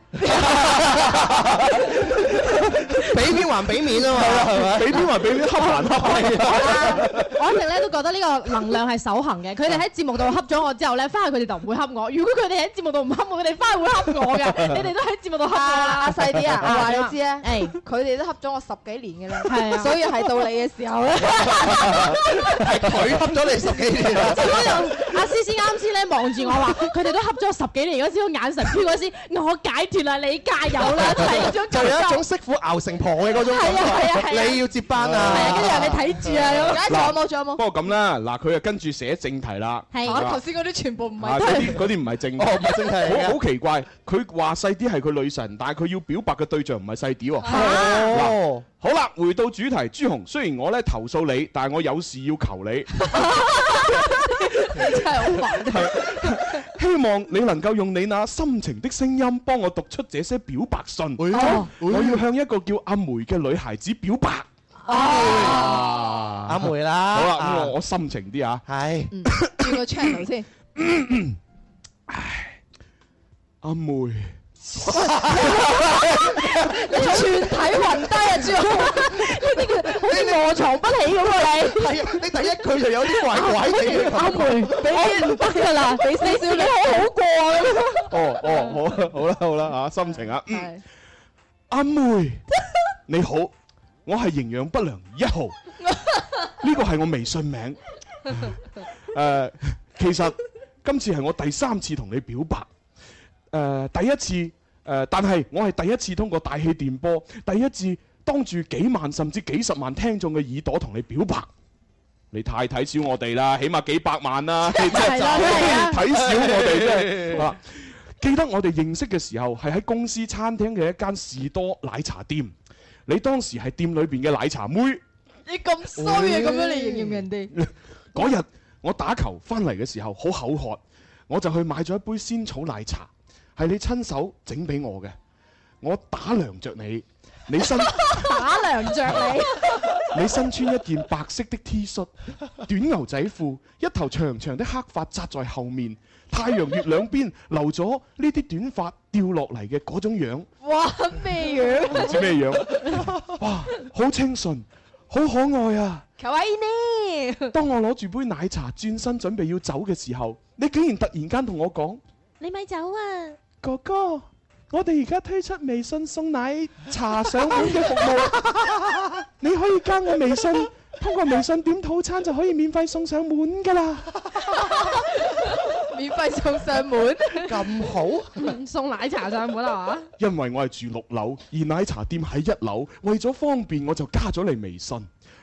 俾面還俾面啊嘛，係咪？俾邊話俾邊恰還我一直咧都覺得呢個能量係守恒嘅，佢哋喺節目度恰咗我之後咧，翻去佢哋就唔會恰我。如果佢哋喺節目度唔恰我，佢哋翻去會恰我嘅。你哋都喺節目度恰我哎啊啦阿 細啲啊，我話你知 啊，誒佢哋都恰咗我十幾年嘅係啦，啊所以係到你嘅時 候咧，係佢恰咗你十幾 年啦。阿啊思思啱先咧望住我話，佢哋都恰咗我十幾年嗰時，個眼神飄嗰時，我解脱啦，你加油啦，提咗就有一種媳婦熬成婆嘅嗰種感係啊係啊係啊覺，你要接班啊！係啊跟住人哋睇住啊咁解嗱仲有冇仲有冇？不過咁啦，嗱，佢就啊跟住寫正題啦。係啊我頭先嗰啲全部唔啊係都嗰係啲嗰啲唔係正，哦唔係正題嚟㗎好好奇怪。佢話細啲係佢女神，但係佢要表白嘅對象唔係細啲啊喎。嗱哦好啦，回到主題，朱紅，雖然我咧投訴你，但係我有事要求 你，真係好煩。希望你能夠用你那深情的聲音幫我讀出這些表白信。哦我要向一個叫阿梅嘅女孩子表白。哦阿阿梅啦好啦，咁我我心情啲啊。係。嗯轉個 channel 先。阿梅，你全體暈低啊！朱紅，呢啲好似卧床不起咁啊！你係啊，你第一句就有啲怪怪地嘅阿感梅，覺。俾我唔得㗎啦，俾少少你好好過啊！哦哦，好啦好啦好啦吓，心情啊。嗯阿妹， 你好，我係營養不良一號，呃呢個係我微信名。誒、其實今次係我第三次同你表白。誒、第一次誒、但係我係第一次通過大氣電波，第一次當住幾萬甚至幾十萬聽眾嘅耳朵同你表白。你太睇小我哋啦，起碼幾百萬 啦，你真係啊係啦係啦睇小我哋 啫。啊記得我哋認識嘅時候係喺公司餐廳嘅一間士多奶茶店，你當時係店裏邊嘅奶茶妹。你咁衰啊，咁樣嚟形容人哋。嗰日我打球翻嚟嘅時候好口渴，我就去買咗一杯仙草奶茶，係你親手整俾我嘅。我打量着你，你身打量着你， 你身穿一件白色的 T 恤、短牛仔褲，一頭長長的黑髮紮在後面，太陽穴兩邊留咗呢啲短髮掉落嚟嘅嗰種樣，哇咩樣？唔知咩樣，哇，好清純，好可愛啊！求下呢？當我攞住杯奶茶轉身準備要走嘅時候，你竟然突然間同我講：你咪走啊！哥哥，我哋而家推出微信送奶茶上門嘅服務，你可以加我微信，通過微信點套餐就可以免費送上門噶啦。免費送上門，咁好？送奶茶上門啊嘛？因為我係住六樓，而奶茶店喺一樓，為咗方便我就加咗你微信。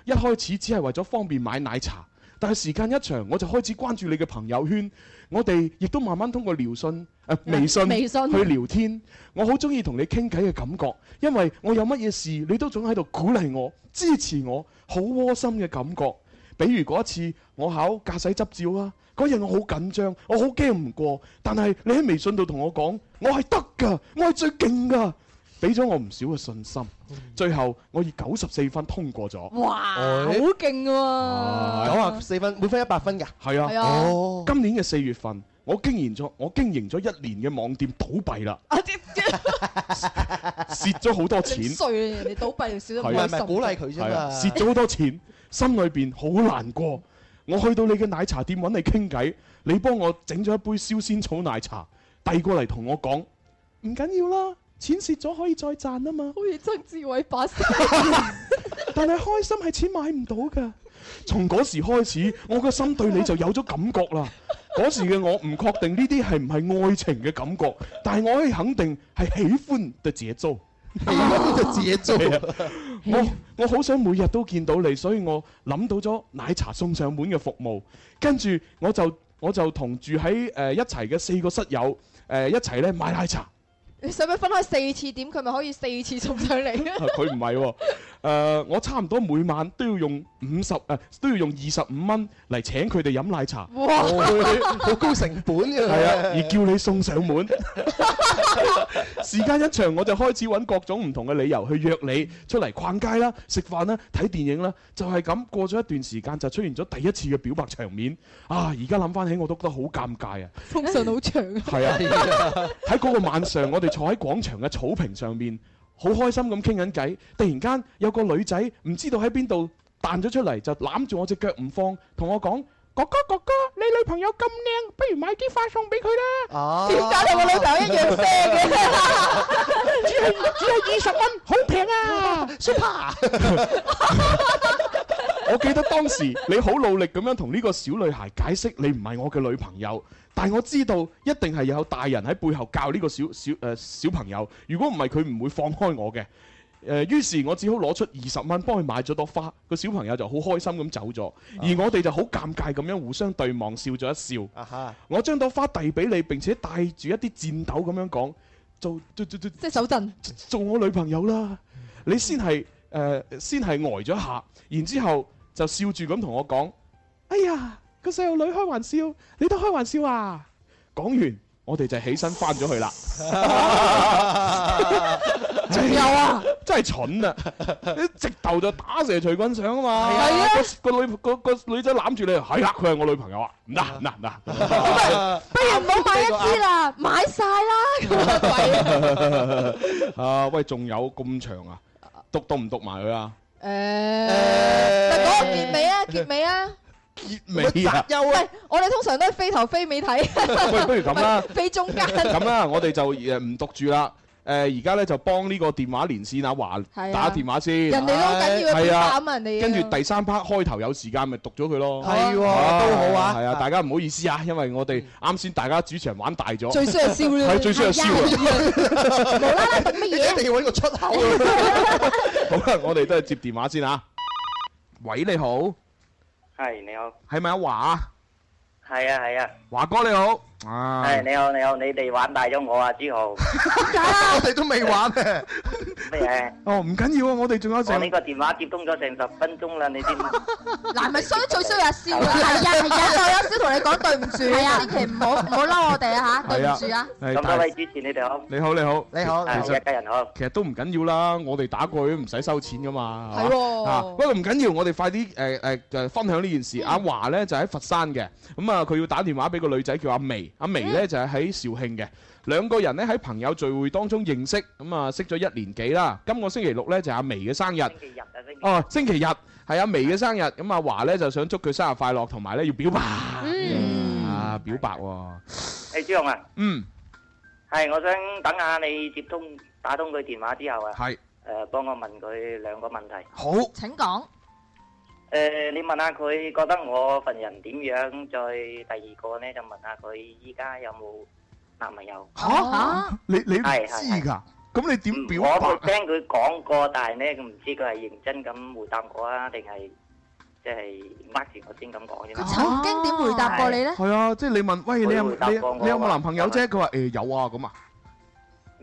一開始只係為咗方便買奶茶，但係時間一長，我就開始關注你嘅朋友圈。我哋亦都慢慢通過聊信、呃、微信、嗯微信去聊天。我好中意同你傾偈嘅感覺，因為我有乜嘢事，你都總喺度鼓勵我、支持我，好窩心嘅感覺。比如嗰一次我考駕駛執照啊，嗰日我好緊張，我好驚唔過，但係你喺微信度同我講，我係得㗎，我係最勁㗎，俾咗我唔少嘅信心。最後我以九十四分通過咗。哇，哎好勁喎！哦九啊十四分，每分一百分㗎。係係啊，啊哦，今年嘅四月份。我經營咗，我經營咗一年嘅網店倒閉啦， 蝕咗好多錢。衰啊人哋倒閉，少得係開啊係心。啊蝕咗好多錢，心裏邊好難過。我去到你嘅奶茶店揾你傾偈，你幫我整咗一杯燒仙草奶茶，遞過嚟同我講，唔緊要啦，錢蝕咗可以再賺啊嘛。好似曾志偉把聲，但係開心係錢買唔到㗎。從嗰時開始，我個心對你就有咗感覺啦。嗰時嘅我唔確定呢啲係唔係愛情嘅感覺，但係我可以肯定係喜歡嘅節奏。啊自己做。 我我好想每日都見到你，所以我諗到咗奶茶送上門嘅服務，跟住我就我就同住喺誒、呃一齊嘅四個室友誒、呃一齊咧買奶茶。你使唔使分開四次點，佢咪可以四次送上啊嚟？佢唔係喎，誒我差唔多每晚都要用五十誒都要用二十五蚊嚟請佢哋飲奶茶。哇好高成本㗎係啊，而叫你送上門。 時間一長，我就開始揾各種唔同嘅理由去約你出嚟逛街啦、食飯啦、睇電影啦，就係咁過咗一段時間，就出現咗第一次嘅表白場面。啊！而家諗翻起我都覺得好尷尬啊！封信好長啊！係 啊，喺嗰個晚上，我哋坐喺廣場嘅草坪上面，好開心咁傾緊偈。突然間有個女仔唔知道喺邊度彈咗出嚟，就攬住我隻腳唔放，同我講：哥哥哥哥，你女朋友咁靚，不如買啲花送俾佢啦。啊點解同我女朋友一樣聲嘅 只係只係二十蚊，好平啊！Super，我記得當時你好努力咁樣同呢個小女孩解釋你唔係我嘅女朋友，但我知道一定係有大人喺背後教呢個小小誒、呃小朋友，如果唔係佢唔會放開我嘅。誒、於是我只好攞出二十蚊幫佢買咗朵花，個小朋友就好開心咁走咗，而我哋就好尷尬咁樣互相對望笑咗一笑。我將朵花遞俾你，並且帶住一啲戰鬥咁樣講，做做做做，即係手震，做我女朋友啦。你先係誒，先係呆咗一下，然之後就笑住咁同我講：哎呀，個細路女開玩笑，你都開玩笑啊！講完，我哋就起身翻咗去啦。仲有啊，真係蠢啊！你直頭就打蛇隨棍上啊嘛。係啊，個個女個個女仔攬住你，係啦，佢係我女朋友啊！嗱嗱嗱。不如唔好買一支啦，買晒 啦咁啊鬼啊！啊，喂，仲有咁長啊？讀讀唔讀埋佢啊？誒，嗱嗰個結尾啊，結尾啊！未啊？唔係，我哋通常都係飛頭飛尾睇。喂不如咁啦 唔係飛中間。啊呃咁啦，我哋就誒唔讀住啦。呃誒而家咧就幫呢個電話連線阿華係啊打電話先。人哋都好緊要嘅係俾膽啊人哋跟住第三 part 開頭有時間咪讀咗佢咯。係喎都好啊係啊，大家唔好意思啊，因為我哋啱先大家主持人玩大咗。最衰係燒料係最衰係燒啊！無啦啦讀乜嘢？一定要揾個出口啊！ 好啦，我哋都係接電話先啊。喂，你好，係你好，係咪阿華啊？係啊係啊，華哥你好。啊，係你好你好，你哋玩大咗我啊，朱浩，我哋都未玩啊！咩嘢？哦，唔緊要啊，我哋仲有我成呢個電話接通咗成十分鐘啦，你知唔知？嗱，咪衰最衰阿笑啦，係啊係啊我有少同你講對唔住，係啊千祈唔好唔好嬲我哋啊嚇，對唔住啊，係咁多大位主持你哋好，你好，你好，你好其係一家人好。其實都唔緊要啦，我哋打過去都唔使收錢噶嘛。係嘛喎啊不過唔緊要，我哋快啲誒誒誒分享呢件事。阿華咧就喺佛山嘅，咁啊佢要打電話俾個女仔叫阿薇，阿薇咧就係喺肇慶嘅。兩個人咧喺朋友聚會當中認識，咁啊識咗一年幾啦。今個星期六咧就係阿薇嘅生日。日啊，星期哦，星期日係阿薇嘅生日，咁阿華咧就想祝佢生日快樂，同埋咧要表白。Ừ. 啊，表白喎。誒朱浩啊，嗯，係我想等下你接通打通佢電話之後啊，係誒幫我問佢兩個問題。好。請講。誒你問下佢覺得我份人點樣，再第二個咧就問下佢依家有冇男朋友。Ờ. 嚇？你你唔係知係㗎？咁你點表我白就啊？聽佢講過，但係咧，佢唔知佢係認真咁回答我啊，定係即係 mark 住我先咁講啫。曾經點回答過你咧？係啊，即係你問，喂，你有佢回答你過我啊你有冇話男朋友啫？佢話誒有啊，咁啊，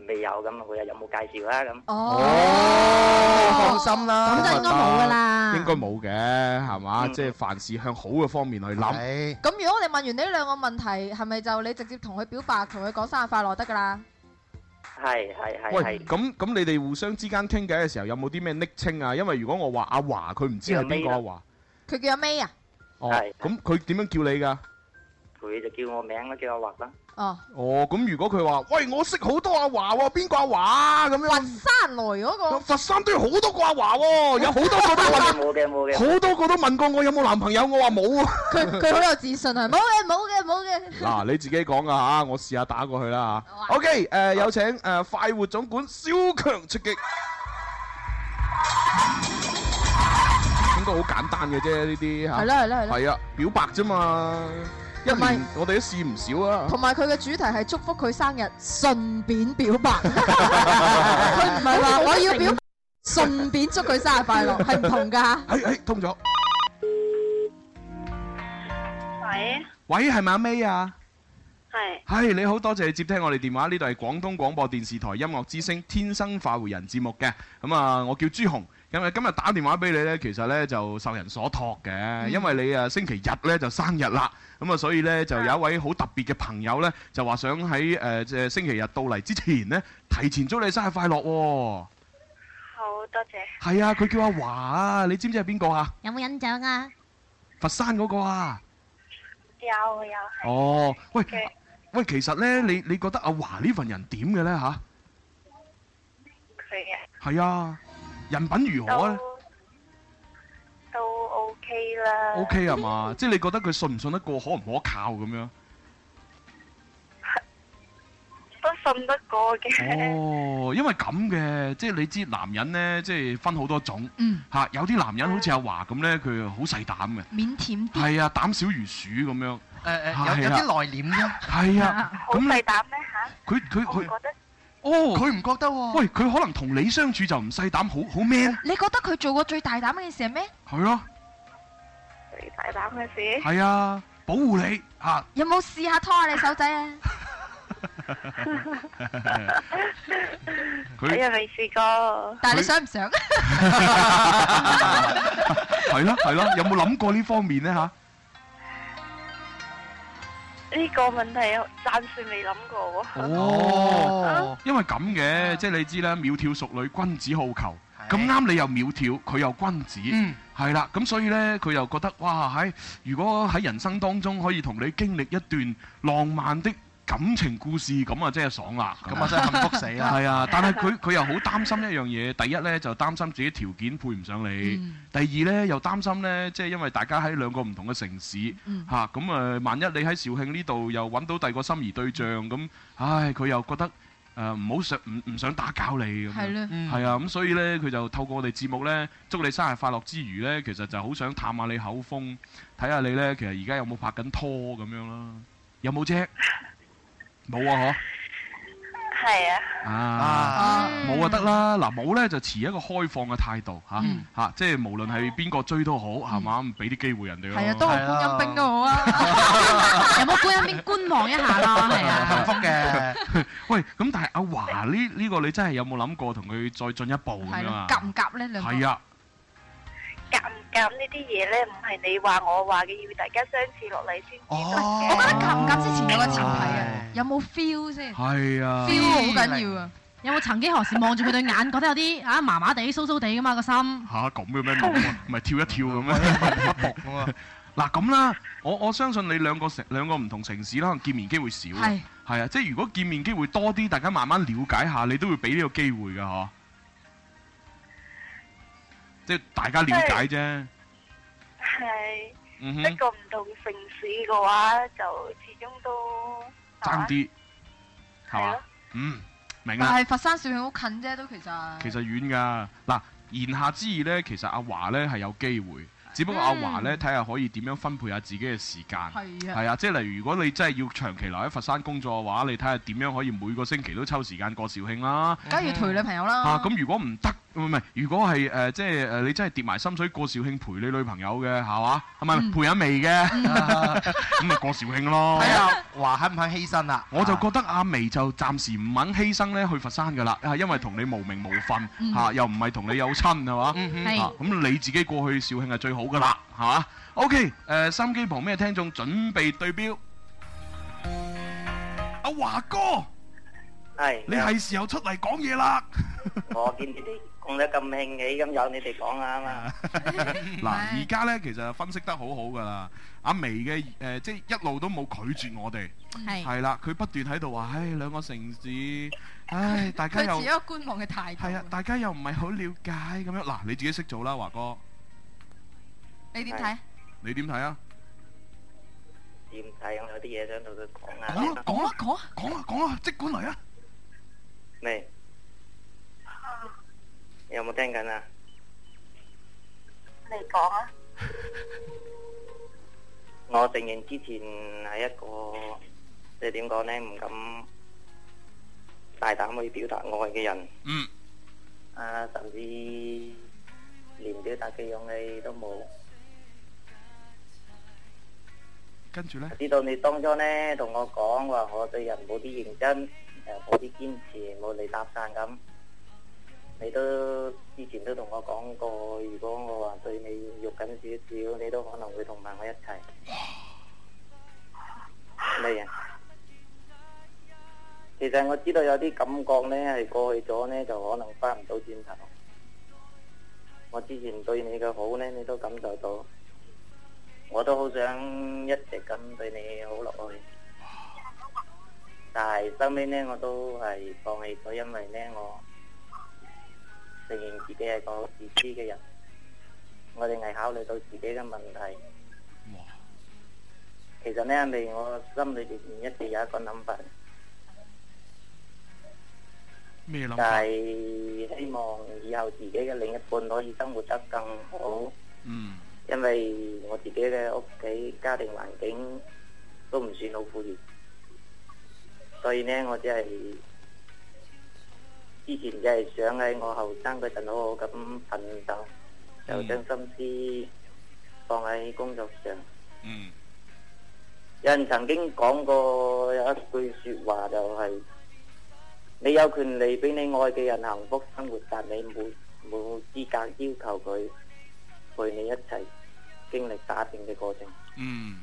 未有咁，佢又有冇介紹啦咁。哦，放心啦，咁就應該冇㗎啦嗯應該冇嘅，係嘛？即係凡事向好嘅方面去諗。咁如果我哋問完呢兩個問題，係咪就你直接同佢表白，同佢講生日快樂得㗎啦？係係係喂，係。咁咁你哋互相之間傾偈嘅時候有冇啲咩昵稱啊？因為如果我話阿華，佢唔知係邊個阿華，佢叫阿 May 啊？哦，咁佢點樣叫你㗎？佢就叫我名啦，叫我畫啦。哦，哦，咁如果佢話，喂，我識好多阿華喎，邊個阿華啊咁樣？佛山來嗰個。佛山都有好多個阿華喎，有好多個都問，冇嘅冇嘅，好多個都問過我有冇男朋友，我話冇啊。佢佢 好有自信係冇嘅冇嘅冇嘅。嗱，你自己講噶吓，我試下打過去啦啊吓。OK，誒有請誒快活總管蕭強出擊，應該好簡單嘅啫呢啲吓。係啦係啦係啦係啊，表白啫嘛，一同埋年我哋都試唔少啊。同埋佢嘅主題係祝福佢生日，順便表 白。佢唔係話我要表白，順便祝佢生日快樂，係唔同㗎。誒誒通咗，喂，喂係咪阿 May 啊？係係你好，多謝你接聽我哋電話，呢度係廣東廣播電視台音樂之聲《天生化回人》節目嘅。咁啊，我叫朱紅。咁啊，今日打電話俾你呢，其實呢就受人所託嘅，因為你啊星期日呢就生日啦。咁啊，所以呢，就有一位好特別嘅朋友呢，就話想喺誒即係星期日到嚟之前呢，提前祝你生日快樂喎、好多謝。係啊，佢叫阿華啊，你知唔知係邊個啊？有冇印象啊？佛山嗰個啊。有有。哦，喂嘅喂，其實啊呢，你你覺得阿華呢份人點嘅呢？吓？佢嘅係啊，人品如哦何咧都 OK 啦。 ？O K 啊嘛， 即係你覺得佢信唔信得過，可唔可靠咁樣？都信得過嘅。哦，因為咁嘅，即係你知男人呢，即係分好多種，嗯嚇、有啲男人好似阿華咁呢，佢好細膽嗯嘅，腼腆係啊，膽小如鼠咁樣，誒呃係啊誒，有有啲內斂啫。係啊， 好細膽咩嚇？佢佢我佢，唔覺得。哦，佢唔覺得喎，喂，佢可能同你相處就唔細膽，好好 man，你覺得佢做過最大膽嘅事係咩？係咯，最大膽嘅事。係啊，保護你嚇。有冇試下拖下你手仔啊？ 我又未試過。但係你想唔想？係咯係咯，有冇諗過呢方面呢？嚇？呢個問題暫時未諗過喎。哦，因為咁啊嘅，即係你知啦，窈窕淑女，君子好逑。咁啱你又窈窕，佢又君子，嗯係啦、咁所以呢，佢又覺得哇喺如果喺人生當中可以同你經歷一段浪漫的感情故事，咁啊真係爽啦！咁啊真係幸福死啦係啊，但係佢佢又好擔心一樣嘢，第一呢，就擔心自己條件配唔上你，嗯第二呢，又擔心呢，即係因為大家喺兩個唔同嘅城市嗯嚇，咁誒、萬一你喺肇慶呢度又揾到第二個心儀對象，咁唉佢又覺得。誒、誒唔好想唔唔想打攪你咁樣，係咯嗯係啊，咁所以呢，佢就透過我哋節目呢，祝你生日快樂之餘呢，其實就好想探下你口風，睇下你呢，其實而家有冇拍緊拖咁樣啦，有冇啫？冇啊，係啊，嗬啊，嗯冇啊得啦，嗱冇呢就持一個開放嘅態度嚇嗯嚇，即係無論係邊個追都好，係嘛，咁俾啲機會人哋咯。係啊，當我係啊觀音兵都好 啊，有冇觀音兵觀望一下咯？係啊，幸福嘅。 喂，咁但係阿華呢呢個你真係有冇諗過同佢再進一步咁係樣啊咯，？夾唔夾咧？兩個係啊，咁呢啲嘢咧唔係你話我話嘅，要大家相處落嚟先。我覺得夾唔夾之前有個前提啊，有冇 feel 先係啊？feel 好緊要啊！有冇曾幾何時望住佢對眼，覺得有啲啊麻麻地、酥酥地噶嘛個心？嚇咁嘅 咩？冇啊，咪跳一跳咁樣，搏啊嗱咁啦，我我相信你兩個城兩個唔同城市啦，可能見面機會少啊。係係啊，即係如果見面機會多啲，大家慢慢了解下，你都會俾呢個機會㗎嗬。即係大家了解啫。係嗯一哼，個唔同城市嘅話，就始終都爭啲係係嘛咯？嗯，但明啦。係佛山算好近啫，都其啊實其實遠㗎。嗱，言下之意呢，其實阿華呢係有機會，只不過阿華呢睇下可以點樣分配下自己嘅時間。係啊係啊，即係例如如果你真係要長期留喺佛山工作嘅話，你睇下點樣可以每個星期都抽時間過肇慶啦。梗係要陪女朋友啦。啊，咁如果唔得，唔係唔係，如果係誒、呃即係誒、呃你真係跌埋心水過肇慶陪你女朋友嘅，係嘛？係咪陪 緊未嘅？咁咪過肇慶咯。係啊，話肯唔肯犧牲啦？我就覺得阿薇就暫時唔肯犧牲咧，去佛山噶啦，啊因為同你無名無份嗯嚇、啊又唔係同你有親係嘛？係啊咁你自己過去肇慶係最好噶啦，係嘛？OK，誒、心機旁邊嘅聽眾準備對標，阿華哥，係你 係時候出嚟講嘢啦。我見你哋講得咁興起，咁有你哋講啊嘛。嗱，而家呢，其實分析得好好噶啦，阿薇嘅誒即係一路都冇拒絕我哋，係係啦，佢不斷喺度話，唉兩個城市，唉大家佢 持又一個觀望嘅態度。係啊，大家又唔係好了解咁樣，嗱你自己識做啦，華哥，你點睇？你點睇啊？點睇？我有啲嘢想同佢講啊。講啊講啊講啊講啊講啊，即管嚟啊！咩？有冇聽緊啊？你講啊，我承認之前係一個即係點講呢？唔敢大膽去表達愛嘅人。嗯。啊，甚至連表達嘅勇氣都冇。跟住呢，知道你當初呢同我講話，我對人冇啲認真，誒冇啲堅持，冇你搭訕咁。你都之前都同我講過，如果我話對你肉緊少少，你都可能會同埋我一齊。咩人？其實我知道有啲感覺呢係過去咗呢，就可能翻唔到轉頭。我之前對你嘅好呢，你都感受到。我都好想一直咁對你好落去，但係收尾呢，我都係放棄咗，因為呢，我承認自己係個自私嘅人，我哋係考慮到自己嘅問題。其實呢，未我心裏邊一直有一個諗法，咩諗但法？係希望以後自己嘅另一半可以生活得更好。嗯，因為我自己嘅屋企家庭環境都唔算好富裕，所以呢，我只係之前只係想喺我後生嗰陣好好咁奮鬥，嗯嗯就將心思放喺工作上。嗯。有人曾經講過有一句説話就係、你有權利俾你愛嘅人幸福生活，但你冇冇資格要求佢陪你一齊經歷打拼嘅過程。嗯，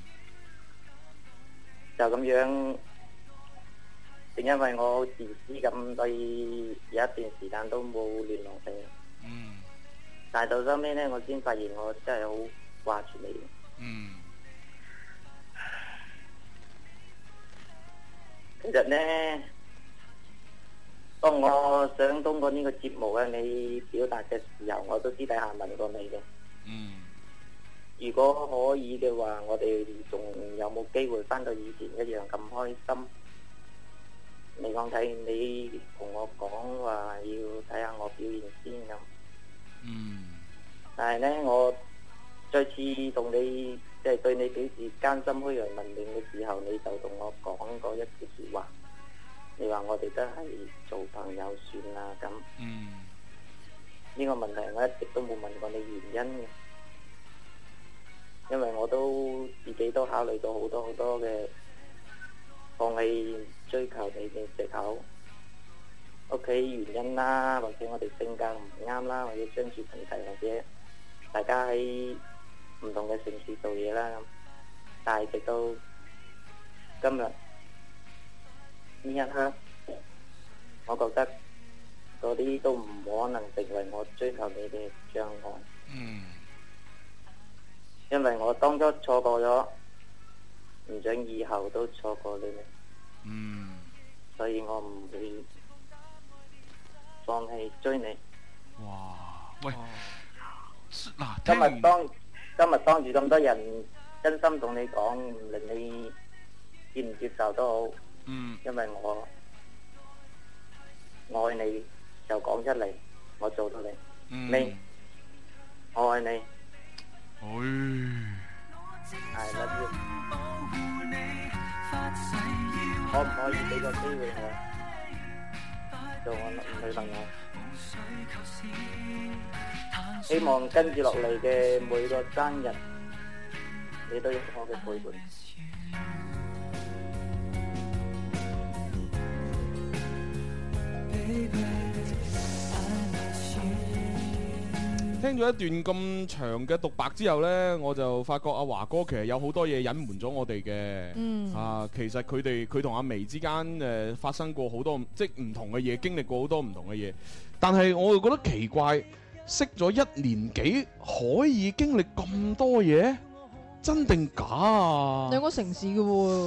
就咁樣，正因為我好自私咁，所以有一段時間都冇聯絡你。嗯。但係到收尾呢，我先發現我真係好掛住你。嗯。其實呢，當我想通過呢個節目向你表達嘅時候，我都私底下問過你嘅。嗯。如果可以嘅話，我哋仲有冇機會翻到以前一樣咁開心？你講睇，你同我講話要睇下我表現先咁。嗯，但係咧，我再次同你即係、對你表示艱辛虛陽文明嘅時候，你就同我講過一句説話，你話我哋都係做朋友算啦咁。嗯，呢個問題我一直都冇問過你原因嘅，因為我都自己都考慮到好多好多嘅放棄追求你嘅藉口，屋企原因啦，或者我哋性格唔啱啦，或者相處問題，或者大家喺唔同嘅城市做嘢啦咁，但係直到今日呢一刻，我覺得。嗰啲都唔可能成為我追求你嘅障礙，嗯，因為我當初錯過咗，唔想以後都錯過你哋，嗯，所以我唔會放棄追你。哇！喂，嗱，聽今日完當今日當住咁多人，真心同你講，唔論你接唔接受都好，嗯，因為我愛你就講出嚟，我做到你，嗯你我愛你。哎，可唔可以俾個機會啊我做我女朋友？希望跟住落嚟嘅每個生日，你都有我嘅陪伴。聽咗一段咁長嘅獨白之後呢，我就發覺阿華哥其實有好多嘢隱瞞咗我哋嘅。嗯啊，其實佢哋佢同阿薇之間誒、呃、發生過好多即係唔同嘅嘢，經歷過好多唔同嘅嘢。但係我又覺得奇怪，識咗一年幾可以經歷咁多嘢，真定假啊？兩個城市嘅喎，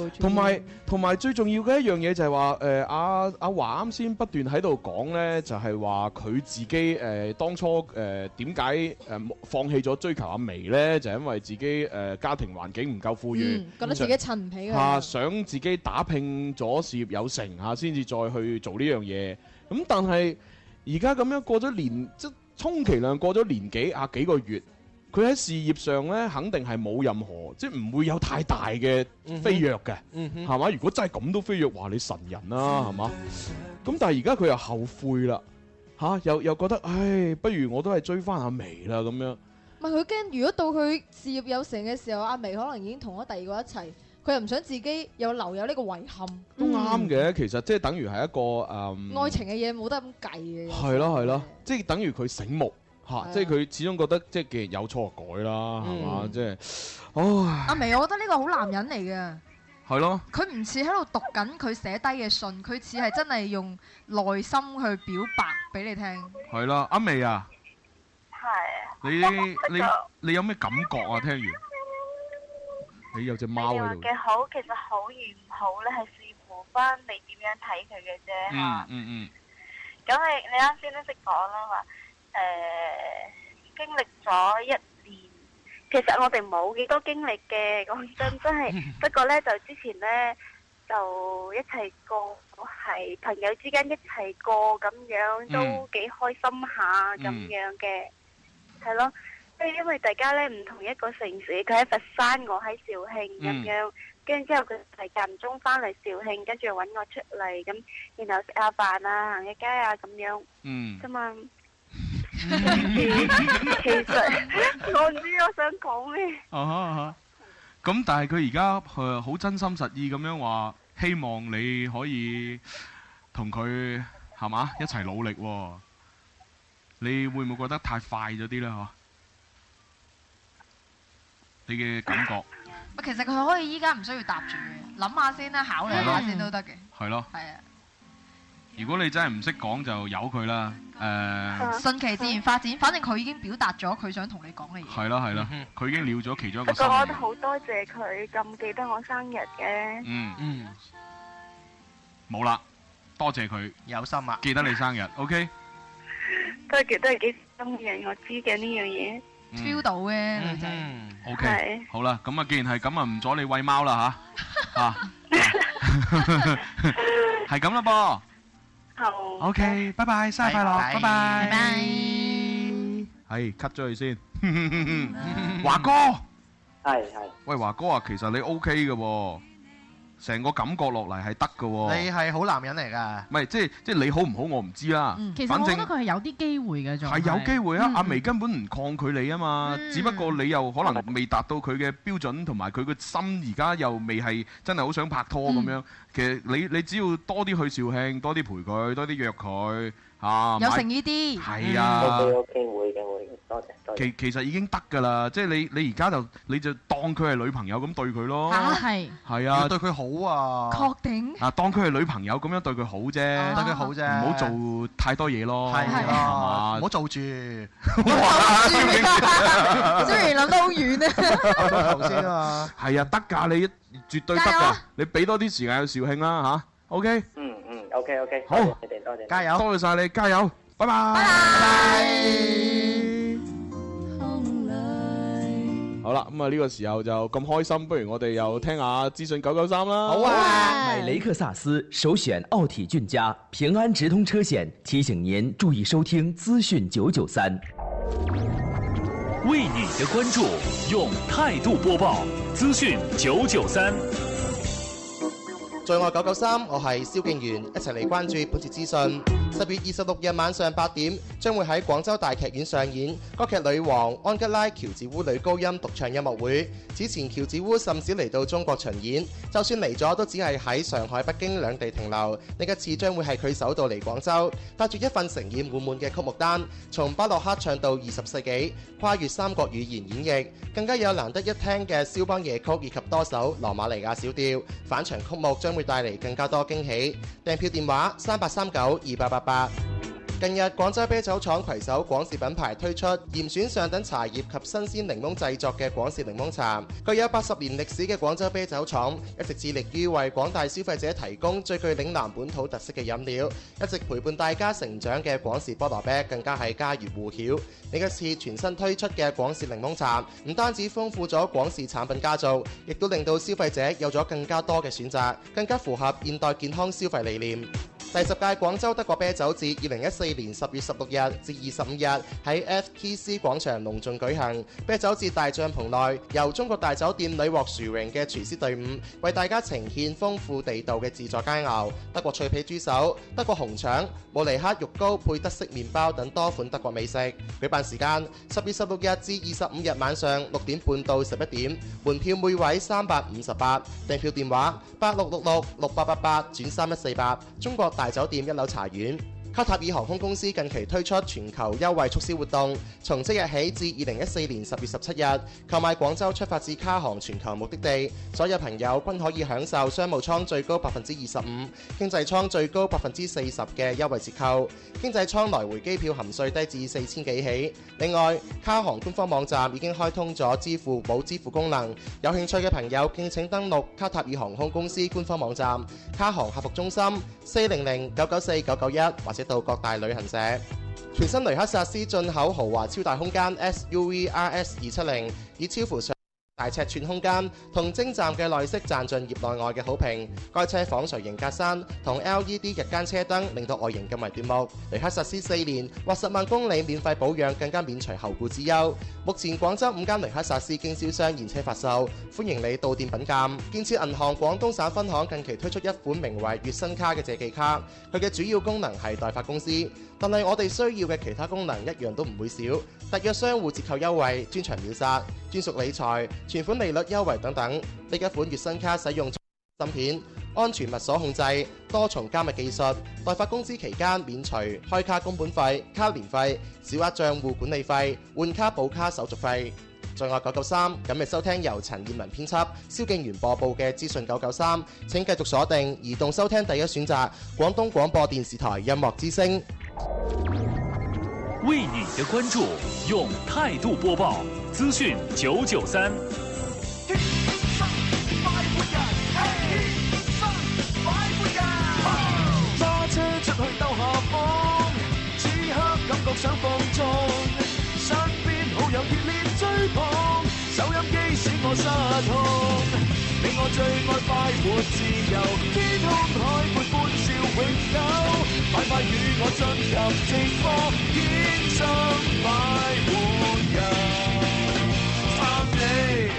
嗯同埋同埋最重要嘅一樣嘢就係話誒阿阿華啱先不斷喺度講呢，就係話佢自己誒、呃、當初誒點解誒放棄咗追求阿薇呢？就係因為自己誒、呃家庭環境唔夠富裕，嗯覺得自己襯唔起佢嚇、想自己打拼咗事業有成嚇，先、至再去做呢樣嘢。咁但係而家咁樣過咗年，即充其量過咗年幾啊幾個月。佢喺事業上呢，肯定係冇任何，即係唔會有太大嘅飛躍嘅，嗯哼嗯係嘛？如果真係咁都飛躍，話你神人啦、係嘛？咁但係而家佢又後悔啦，嚇、又又覺得，唉，不如我都係追翻阿薇啦咁樣。唔係佢驚，如果到佢事業有成嘅時候，阿薇可能已經同咗第二個一齊，佢又唔想自己又留有呢個遺憾。都啱嘅，嗯其實即係等於係一個誒，嗯愛情嘅嘢冇得咁計嘅。係咯係咯，即係等於佢醒目嚇，啊即係佢始終覺得即係既然有錯就改啦，係嘛？即係，唉，阿眉，我覺得呢個好男人嚟嘅。係咯。佢唔似喺度讀緊佢寫低嘅信，佢似係真係用內心去表白俾你聽。係啦，阿薇啊，係你你你有咩感覺啊？聽完你有隻貓你話喺度，嘅好，其實好與唔好咧，係視乎翻你點樣睇佢嘅啫嚇。嗯嗯咁你你啱先都識講啦話，誒、經歷咗一年，其實我哋冇幾多經歷嘅，講真真係。不過呢，就之前呢，就一齊過，係朋友之間一齊過咁樣，都嗯幾開心下咁嗯樣嘅，係咯。即係因為大家呢唔同一個城市，佢喺佛山，我喺肇慶咁嗯樣。跟住之後佢係間唔中翻嚟肇慶，跟住揾我出嚟咁，然後食下飯啊、行下街啊咁樣嗯啫嘛。 其 實我唔知我想講咩，啊哈啊哈咁但係佢而家誒好真心實意咁樣話，希望你可以同佢係嘛一齊努力喎。你會唔會覺得太快咗啲呢？嗬，你嘅感覺其實佢可以依家唔需要答住嘅，諗下先啦，考慮下先都得嘅。係咯。係啊，如果你真係唔識講，就由佢啦。誒，啊順其自然發展，反正佢已經表達咗佢想同你講嘅嘢。係啦係啦，佢已經了咗其中一個不心過我都願。好多謝佢咁記得我生日嘅。嗯嗯，冇啦，多謝佢有心啊，記得你生日，OK。都係都係幾心嘅人，我知嘅呢樣嘢。嗯 feel 到嘅女仔。 O 係 K，好啦， 咁啊，既然係咁啊，唔阻你喂貓啦吓，嚇，係咁啦噃。好 OK，拜拜，生日快樂，拜拜。係 cut 咗 佢先。華哥。係係。喂，華哥啊，其實你 OK 嘅喎，成個感覺落嚟係得嘅喎。你係好男人嚟㗎。唔係即係即係你好唔好我唔知啦。其實反我覺正得佢係有啲機會嘅，仲係有機會啊！阿眉根本唔抗拒你啊嘛，只不過你又可能未達到佢嘅標準，同埋佢個心而家又未係真係好想拍拖咁樣。其實你你只要多啲去肇慶，多啲陪佢，多啲約佢嚇。有買誠意啲。係啊。 OK，會嘅會嘅，多謝多謝。其其實已經得㗎啦，即係你你而家就你就當佢係女朋友咁對佢咯。嚇係係啊，要對佢好啊。確定。啊，當佢係女朋友咁樣對佢好啫，對佢好啫唔好做太多嘢咯，係係啊嘛唔好做住。 雖然諗得好遠啊。 頭先啊係啊，得㗎，你絕對得加油㗎啊，你俾多啲時間去肇慶啦吓 o k 嗯嗯，OK Ừ, OK，好多謝你哋多謝你哋。多謝晒你，加油，拜拜，好啦，咁啊呢個時候就咁開心，不如我哋又聽下資訊九九三啦，好买雷克薩斯首选奧體俊家，平安直通車險提醒您注意收听资讯九九三。为你的关注，用态度播报资讯九九三。最愛九九三，我係蕭敬元，一齊嚟關注本次資訊。十月二十六日晚上八點，將會喺廣州大劇院上演歌劇女王安吉拉喬治烏女高音獨唱音樂會。此前喬治烏甚少嚟到中國巡演，就算嚟咗都只係喺上海、北京兩地停留。呢一次將會係佢首度嚟廣州，帶住一份誠意滿滿嘅曲目單，從巴洛克唱到二十世紀，跨越三國語言演繹，更加有難得一聽嘅肖邦夜曲以及多首羅馬尼亞小調。返場曲目將會帶嚟更加多驚喜。訂票電話三八三九二八八八。近日，廣州啤酒廠攜手廣氏品牌推出嚴選上等茶葉及新鮮檸檬製作嘅廣氏檸檬茶。具有八十年歷史嘅廣州啤酒廠，一直致力於為廣大消費者提供最具嶺南本土特色嘅飲料，一直陪伴大家成長嘅廣氏菠蘿啤更加係家喻戶曉。呢一次全新推出嘅廣氏檸檬茶，唔單止豐富咗廣氏產品家族，亦都令到消費者有咗更加多嘅選擇，更加符合現代健康消費理念。第十屆廣州德國啤酒節二零一四年十月十六日至二十五日喺 FTC 廣場隆重舉行。啤酒節大帳篷內，由中國大酒店女獲殊榮嘅廚師隊伍為大家呈現豐富地道嘅自助佳肴、德國脆皮豬手、德國紅腸、慕尼黑肉糕配德式麵包等多款德國美食。舉辦時間十月十六日至二十五日晚上六點半到十一點，門票每位三百五十八，訂票電話八六六六六八八八轉三一四八，中國大酒店一樓茶園。卡塔爾航空公司近期推出全球優惠促銷活動，從即日起至二零一四年十月十七日，購買廣州出發至卡航全球目的地，所有朋友均可以享受商務艙最高百分之二十五、經濟艙最高百分之四十嘅優惠折扣。經濟艙來回機票含税低至四千幾起。另外，卡航官方網站已經開通咗支付寶支付功能，有興趣嘅朋友敬請登錄卡塔爾航空公司官方網站、卡航客服中心四零零九九四九九一或者到各大旅行社。全新雷克薩斯進口豪華超大空間 SUV RS 二七零以超乎上。大尺寸空間同精湛嘅內飾賺盡業內外嘅好評。該車仿垂型格栅同 LED 日間車燈令到外形更為奪目。雷克薩斯四年或十萬公里免費保養，更加免除後顧之憂。目前廣州五間雷克薩斯經銷商現車發售，歡迎你到店品鑑。建設銀行廣東省分行近期推出一款名為「月薪卡」嘅借記卡，佢嘅主要功能係代發公司，但係我哋需要嘅其他功能一樣都唔會少，特約商户折扣優惠、專場秒殺、專屬理財、存款利率優惠等等。呢一款月薪卡使用芯片、安全物所控制、多重加密技術、代發工資期間免除開卡工本費、卡年費、小額帳戶管理費、換卡補卡手續費。最愛九九三，今日收聽由陳燕文編輯、蕭敬元播報嘅資訊九九三，請繼續鎖定移動收聽第一選擇廣東廣播電視台音樂之聲。为你的关注，用态度播报资讯九九三。揸車出去兜下風，此刻感覺想放縱，身邊好友熱烈追捧，收音機使我失控。你我最愛快活自由，天空海闊歡笑永久，快快與我進入直播，天生快活人，啱你。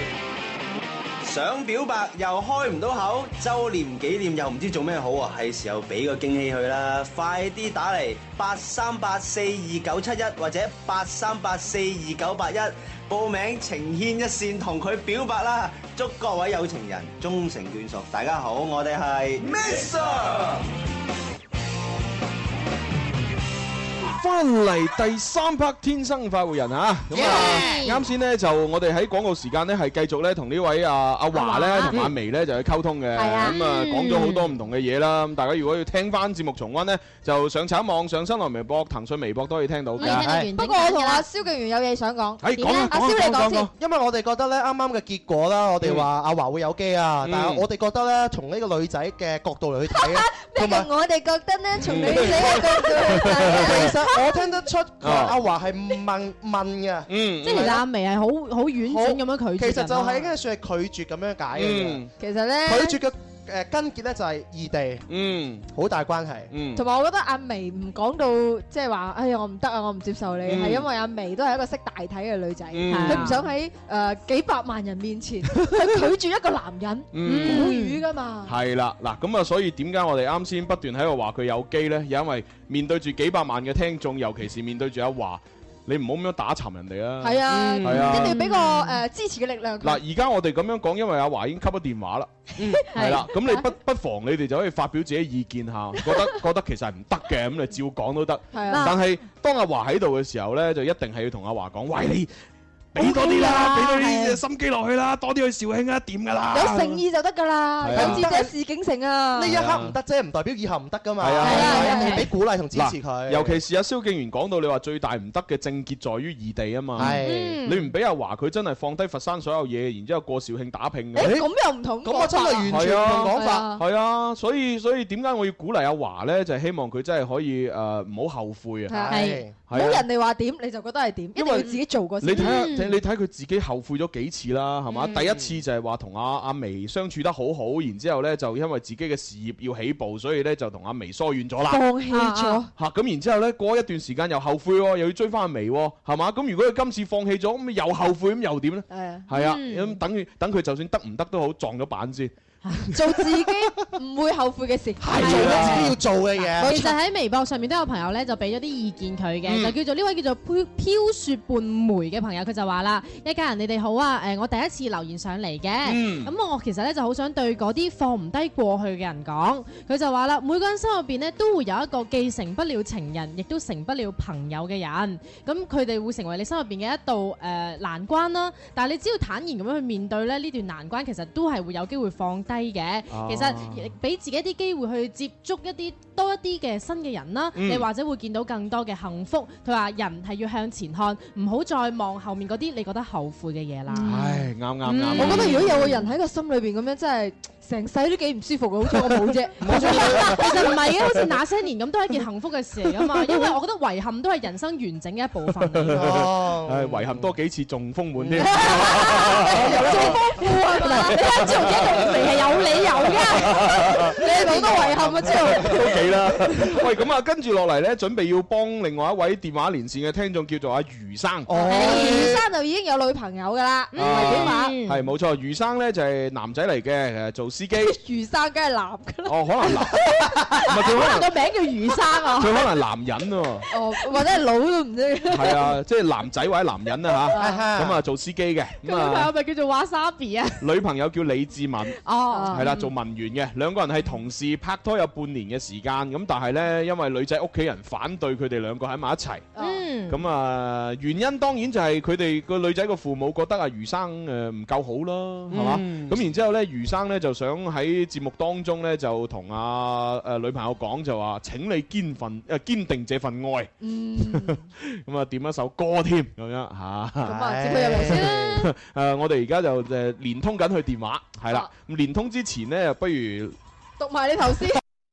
想表白又開唔到口，周年紀念又唔知做咩好啊！係時候俾個驚喜佢啦，快啲打嚟八三八四二九七一或者八三八四二九八一報名情牽一線，同佢表白啦！祝各位有情人終成眷屬。大家好，我哋係 Mr。翻嚟第三 part《天生快活人》啊！咁啊，啱先咧就我哋喺廣告時間咧係繼續咧同呢位啊阿華咧同阿薇咧就去溝通嘅，係啊咁啊嗯講咗好多唔同嘅嘢啦。咁大家如果要聽翻節目重温咧，就上橙網、上新浪微博、騰訊微博都可以聽到嘅。不過我同阿蕭敬元有嘢想講。係點講咧啊阿蕭講啊你講先。因為我哋覺得咧啱啱嘅結果啦，我哋話阿華會有機啊，嗯但係我哋覺得咧從呢個女仔嘅角度嚟去睇咧，同埋我哋覺得咧，從女仔嘅角度去睇其呢，實我聽得出 佢話啊阿華係問問嘅，即即係其實阿薇係好好婉轉咁樣拒絕其實就係係應該算係拒絕咁樣解嘅嗯。其實咧拒絕嘅誒根結咧就係異地，嗯，好大關係。嗯同埋我覺得阿薇唔講到即係話，哎呀我唔得啊，我唔接受你，嗯係因為阿薇都係一個識大體嘅女仔，嗯佢唔想喺誒幾百萬人 面前去拒絕一個男人，嗯好魚噶嘛。係啦，嗱咁啊，所以點解我哋啱先不斷喺度話佢有機呢？因為面對住幾百萬嘅聽眾，尤其是面對住阿華，你唔好咁樣打沉人哋啊！係啊，係啊，一定要俾個誒支持嘅力量佢。嗱，而家我哋咁樣講，因為阿華已經吸咗電話啦，係啦，咁你不不妨你哋就可以發表自己意見嚇，覺得覺得其實係唔得嘅，咁你照講都得。係啊但係當阿華喺度嘅時候咧，就一定係要同阿華講，喂你俾多啲 OK 啦，啦俾多啲心機落去啦，多啲去肇慶啊，掂㗎啦。有誠意就得㗎啦，係啊有志者事竟成啊！呢一刻唔得啫，唔代表以後唔得噶嘛。係啊係啊係咪你俾鼓勵同支持嗱佢。尤其是阿蕭敬元講到你話最大唔得嘅症結在於異地啊嘛。係嗯你唔俾阿華佢真係放低佛山所有嘢，然之後過肇慶打拼嘅。誒咁又唔同講法啊，係啊係啊係啊，所以所以點解我要鼓勵阿華咧？就係希望佢真係可以誒唔好後悔啊！係係啊冇人哋話點你就覺得係點，一定要自己做過你先。睇下，嗯你睇佢自己後悔咗幾次啦，係嘛？嗯第一次就係話同阿阿薇相處得好好，然之後咧就因為自己嘅事業要起步，所以咧就同阿薇疏遠咗啦，放棄咗。嚇咁然之後咧，過一段時間又後悔喎，又要追翻阿薇喎，係嘛？咁如果佢今次放棄咗，咁又後悔，咁又點咧？係啊，咁等佢等佢就算得唔得都好，撞咗板先。做自己唔會後悔嘅事，係做得自己要做嘅嘢啊其實喺微博上面都有朋友咧就俾咗啲意見佢嘅，嗯就叫做呢位叫做飄飄雪半梅嘅朋友，佢就話啦：一家人你哋好啊！誒、我第一次留言上嚟嘅，咁、嗯我其實咧就好想對嗰啲放唔低過去嘅人講，佢就話啦：每個人心入邊咧都會有一個既成不了情人，亦都成不了朋友嘅人，咁佢哋會成為你心入邊嘅一道誒、難關啦。但係你只要坦然咁樣去面對咧，呢段難關其實都係會有機會放低嘅。啊其實俾自己一啲機會去接觸一啲多一啲嘅新嘅人啦，嗯你或者會見到更多嘅幸福。佢話人係要向前看，唔好再望後面嗰啲你覺得後悔嘅嘢啦。唉，啱啱啱。我覺得如果有個人喺個心裏邊咁樣，真係成世都幾唔舒服嘅，好似我 冇啫。 其實唔係嘅，好似那些年咁都係一件幸福嘅事嚟噶嘛。因為我覺得遺憾都係人生完整嘅一部分嚟㗎。 唉，遺憾多幾次仲豐滿啲。你睇朱紅姐對係有理由嘅，你係冇多遺憾啊，朱紅。都幾啦。喂，咁啊，跟住落嚟咧，準備要幫另外一位電話連線嘅聽眾叫做阿余生。哦余生就已經有女朋友㗎啦，唔係點話？係冇錯，余生咧就係男仔嚟嘅，誒做司 機。余生梗係男㗎啦，哦，可能男，唔係佢可能個名叫余生啊佢，可能男人喎。哦或者係佬都唔知。係啊，即係男仔或者男人啊 吓，咁啊做司機嘅，咁佢女朋友啊咪叫做 Wasabi 啊？女朋友叫李志敏。哦，係啦，做文員嘅，兩個人係同事，拍拖有半年嘅時間，咁但係呢，因為女仔屋企人反對佢哋兩個喺埋一齊，嗯咁啊原因當然就係佢哋個女仔個父母覺得啊余生誒唔夠好嗯啦，係嘛？咁然之後呢，余生呢就想喺節目當中呢，就同阿誒女朋友講就話：請你堅份誒堅定這份愛。 咁啊點一首歌添咁樣嚇。咁啊接佢入嚟先啦。 誒，我哋而家就誒連通緊佢電話，係啦。咁連通之前咧，不如讀埋你頭先，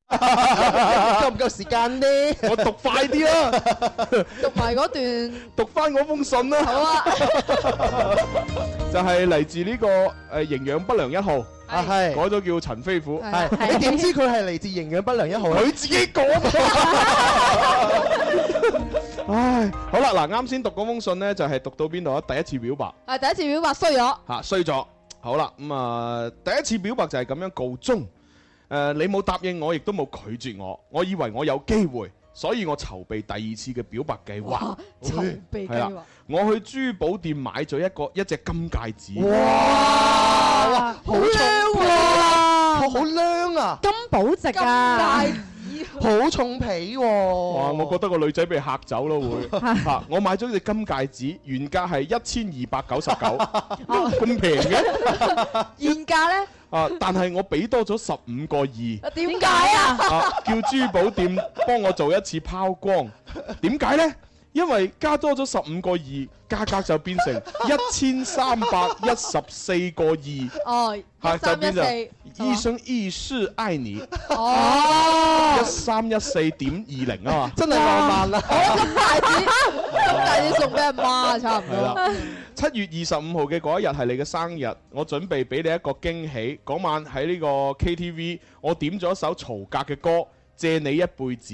夠唔夠時間呢？ 我讀快 啲啦，讀埋嗰段，讀翻嗰封信啦。好啊，呃就係嚟自呢個誒營養不良一號。啊係改咗叫陳飛虎， 係，你點知佢係嚟自營養不良一號佢自己講唉，好啦，嗱，啱先讀嗰封信咧，就係讀到邊度啊？第一次表白啊，第一次表白衰咗，吓衰咗，好啦，咁啊，第一次表白就係咁樣告終。誒，你冇答應我，亦都冇拒絕我，我以為我有機會，所以我籌備第二次嘅表白計劃。籌備計劃係啦我去珠寶店買咗一個一隻金戒指。哇！好靚喎，好靚啊，金保值啊，好重皮喎。哇！我覺得個女仔被嚇走 咯，會嚇我買咗隻金戒指，原價係一千二百九十 九，咁平嘅現價咧啊！但係我俾多咗十五個二。點解啊？啊，叫珠寶店幫我做一次拋光，點解呢？因為加多咗十五個二，價格就變成一千三百一十四個二，哦，一係就三一變成四，一生一世愛你，哦，一三一四點二零啊嘛，真係浪漫啦！咁大紙，咁大紙送俾阿媽啊差唔係多啦。，七月二十五號嘅嗰一日係你嘅生日，我準備俾你一個驚喜。嗰晚喺呢個 KTV，我點咗一首曹格嘅歌《借你一輩子》，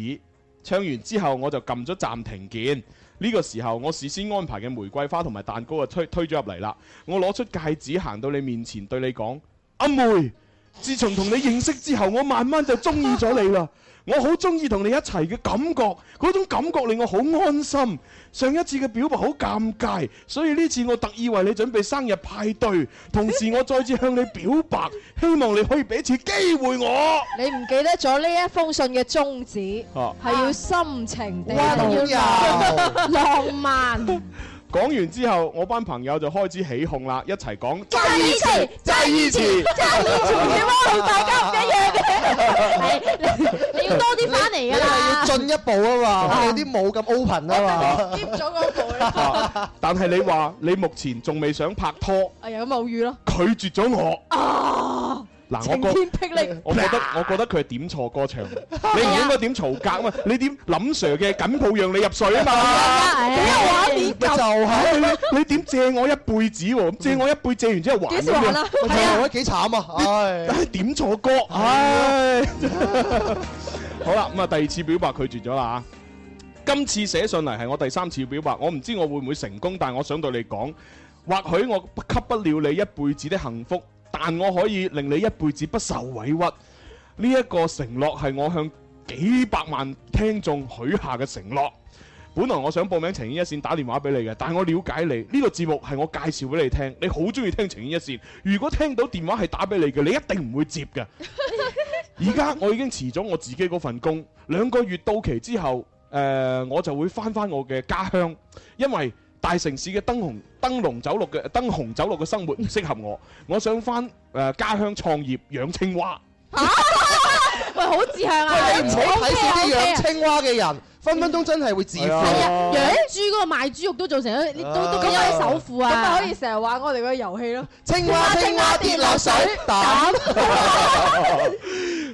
唱完之後我就撳咗暫停鍵。呢個時候，我事先安排嘅玫瑰花同埋蛋糕啊，推推咗入嚟啦。我攞出戒指行到你面前，對你講：阿妹，自從同你認識之後，我慢慢就中意咗你啦。我好中意同你一齊嘅感覺，嗰種感覺令我好安心。上一次嘅表白好尷尬，所以呢次我特意為你準備生日派對，同時我再次向你表白，希望你可以俾一次機會我。你唔記得咗呢一封信嘅宗旨啊係要深情地，哇要老友浪漫。講完之後，我班朋友就開始起哄啦，一齊講再再一一次次，再再一一次次，再一次你話同大家唔一樣嘅，你要多啲翻嚟㗎啦。要進一步啊嘛，有啲冇咁 open 啊嘛。哦但係你話你目前仲未想拍拖，哎呀，咁咪好語咯。拒絕咗我。嗱，我覺晴天霹靂我覺得我覺得佢係點錯歌唱，你唔應該點曹格啊嘛，你點林 Sir 嘅緊抱讓你入睡啊嘛，係啊係啊面就係你你點借我一輩子喎？咁借我一輩借完之後還幾時還啊咁樣係啊幾慘啊唉你點錯歌？啊唉，好啦，咁啊第二次表白拒絕咗啦啊今次寫信嚟係我第三次表白，我唔知我會唔會成功，但我想對你講，或許我給不了你一輩子的幸福，但我可以令你一輩子不受委屈。呢、一個承諾係我向幾百萬聽眾許下嘅承諾。本來我想報名情牽一線打電話俾你嘅，但我了解你呢、個節目係我介紹俾你聽，你好中意聽情牽一線。如果聽到電話係打俾你嘅，你一定唔會接嘅。而家我已經辭咗我自己嗰份工，兩個月到期之後，誒、我就會翻翻我嘅家鄉，因為大城市嘅燈紅燈籠走綠嘅燈紅酒綠嘅生活唔適合我，我想翻誒、家鄉創業養青蛙。喂，好志向啊！喂，你唔好睇小啲 OK，OK 養青蛙嘅人，分分鐘真係會致富。啊啊養豬嗰個賣豬肉都做成咗，你都都幾有首富啊！咁咪可以成日玩我哋個遊戲咯。青蛙青蛙跌落水蛋。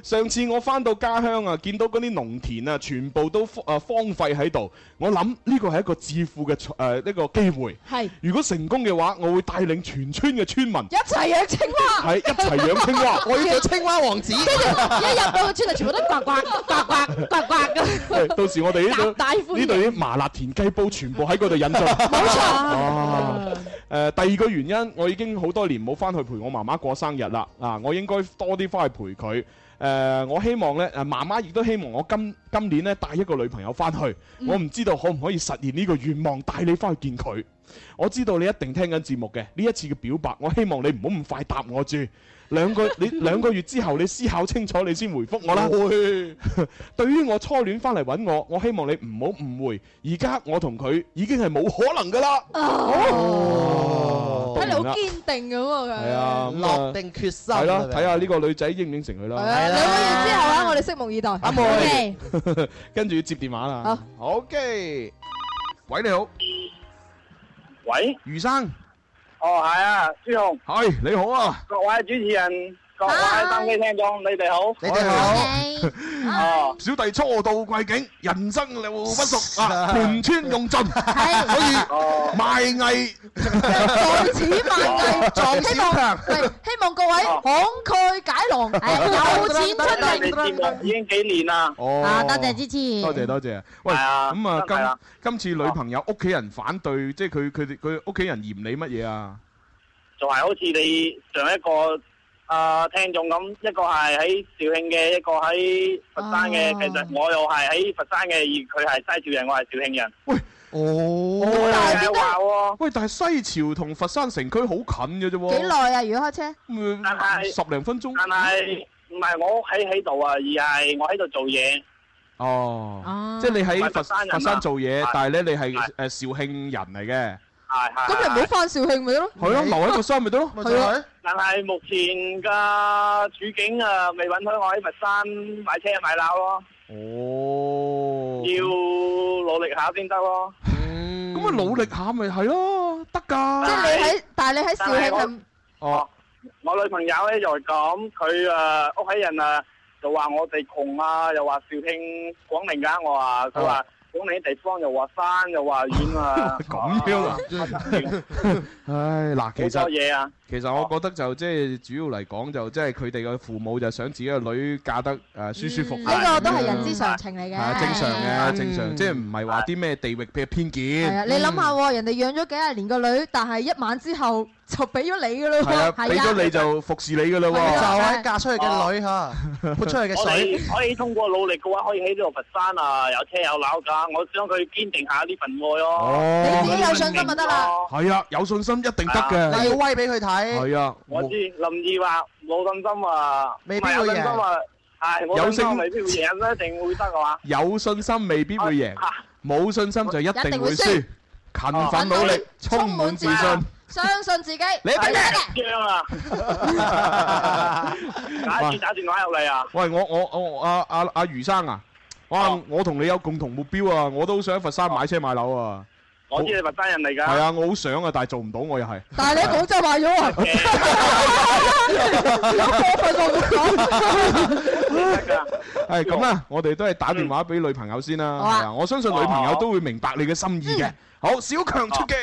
上次我翻到家鄉啊，見到嗰啲農田啊，全部都荒啊荒廢喺度。我諗呢個係一個致富嘅誒呢個機會。係如果成功嘅話，我會帶領全村嘅村民 一齊啊養青 蛙，係一齊養青蛙我要做青蛙 王子跟住一入到個村就全部都呱 呱呱呱呱呱咁。喂到時我哋呢大歡度迎呢度啲麻辣田雞煲全部喺嗰度引進，冇錯。哦，誒第二個原因，我已經好多年冇翻去陪我媽媽過生日啦，啊，我應該多啲翻去陪佢。誒、我希望呢，誒啊媽媽亦都希望我今今年呢帶一個女朋友翻去。嗯我唔知道可唔可以實現呢個願望，帶你翻去見佢。我知道你一定聽緊節目嘅，呢一次嘅表白，我希望你唔好咁快答我住。兩個你 兩個月之後，你思考清楚，你先回覆我啦。 對於我初戀翻嚟揾我，我希望你唔好誤會。而家我同佢已經係冇可能噶啦。Ờ. 哦，睇嚟當然好啦堅定咁喎佢。係啊，咁啊落定決心係啦係，咪睇下呢個女仔應唔應承佢 係啦。啊，兩個月之後啊，我哋拭目以待。阿妹，跟住接電話啦。好嘅，喂你好，喂，余生，哦，系啊，朱紅，係你好啊。各位主持人，各位心機聽眾，你哋好，你哋好。啊小弟初到貴境，人生路不熟啊，盤川用盡，所以賣藝在此賣 Dạ. 藝，Dạ, 壯希志望強喂，希望各位慷慨解囊，Ờ, 有錢出力。已經幾年啦。哦啊多謝支持多謝多謝。喂，咁得㗎啊啦，今今次女朋友屋企人反對，即係佢佢哋佢屋企人嫌你乜嘢啊？仲係好似你上一個啊聽眾咁，一個係喺肇慶嘅，一個喺佛山嘅。哦其實我又係喺佛山嘅，而佢係西潮人，我係肇慶人。哦，但係點解喂，但係西樵同佛山城區好近嘅啫喎。幾耐 à, 啊？如果開車，但係十零分鐘。但係唔係我屋企喺度啊，而係我喺度做嘢。哦啊，即係你喺佛佛山人啊佛山做嘢係，但係咧你係誒肇慶人嚟嘅。係係。咁咪唔好翻肇慶咪得咯？係咯，留喺佛山咪得咯。係啊。但係目前嘅處境啊，未允許我喺佛山買車買樓咯，哦。要努力下先得咯。咁啊，努力下咪係咯，得㗎。即係你喺，但係你喺肇慶但係係哦。我女朋友咧就係咁，佢啊屋企人啊就話我哋窮啊，又話肇慶廣寧㗎，我話佢哦話廣寧啲地方又話山又話遠 啊，咁樣啊？唉，嗱，其實好多嘢啊。其實我覺得就即係主要嚟講就即係佢哋嘅父母就想自己嘅女嫁得誒舒舒服服。呢個都係人之常情嚟 Dạ. 係啊嘅。正常嘅，嗯正常，即係唔係話啲咩地域嘅偏見。Ờ, 係啊，你諗下喎，人哋養咗幾廿年個女，但係一晚之後就俾咗你噶咯喎。 係啊，係啊俾咗你就服侍你噶啦係啊喎。就係嫁出去嘅女嚇，潑出去嘅我水。哋可以通過努力嘅話，可以喺呢度佛山啊有車有樓㗎，我想佢堅定下呢份愛咯。哦你自己有信心就得啦。係啊，有信心一定得 À. 啊嘅。你要威俾佢睇。係啊，我知林志話冇信心啊，未必唔係有會信心啊，係冇信心未必會贏，一定會得嘅話。有信心未必會贏，冇信心就一定會一定會輸。輸勤奮努力，充滿自信。相信自己。你 俾一樣啊！打住打電話入嚟啊！喂，我我我我阿阿阿余生啊，哇！我同你有共同目標啊，我都想喺佛山買車買樓啊。我知你佛山人嚟㗎。係啊，我好想啊，但係做唔到，我又係。但係你喺廣州買咗啊！係咁啦，我哋都係打電話俾女朋友先啦。好啊係啊，我相信女朋友都會明白你嘅心意嘅。 好，小強出擊。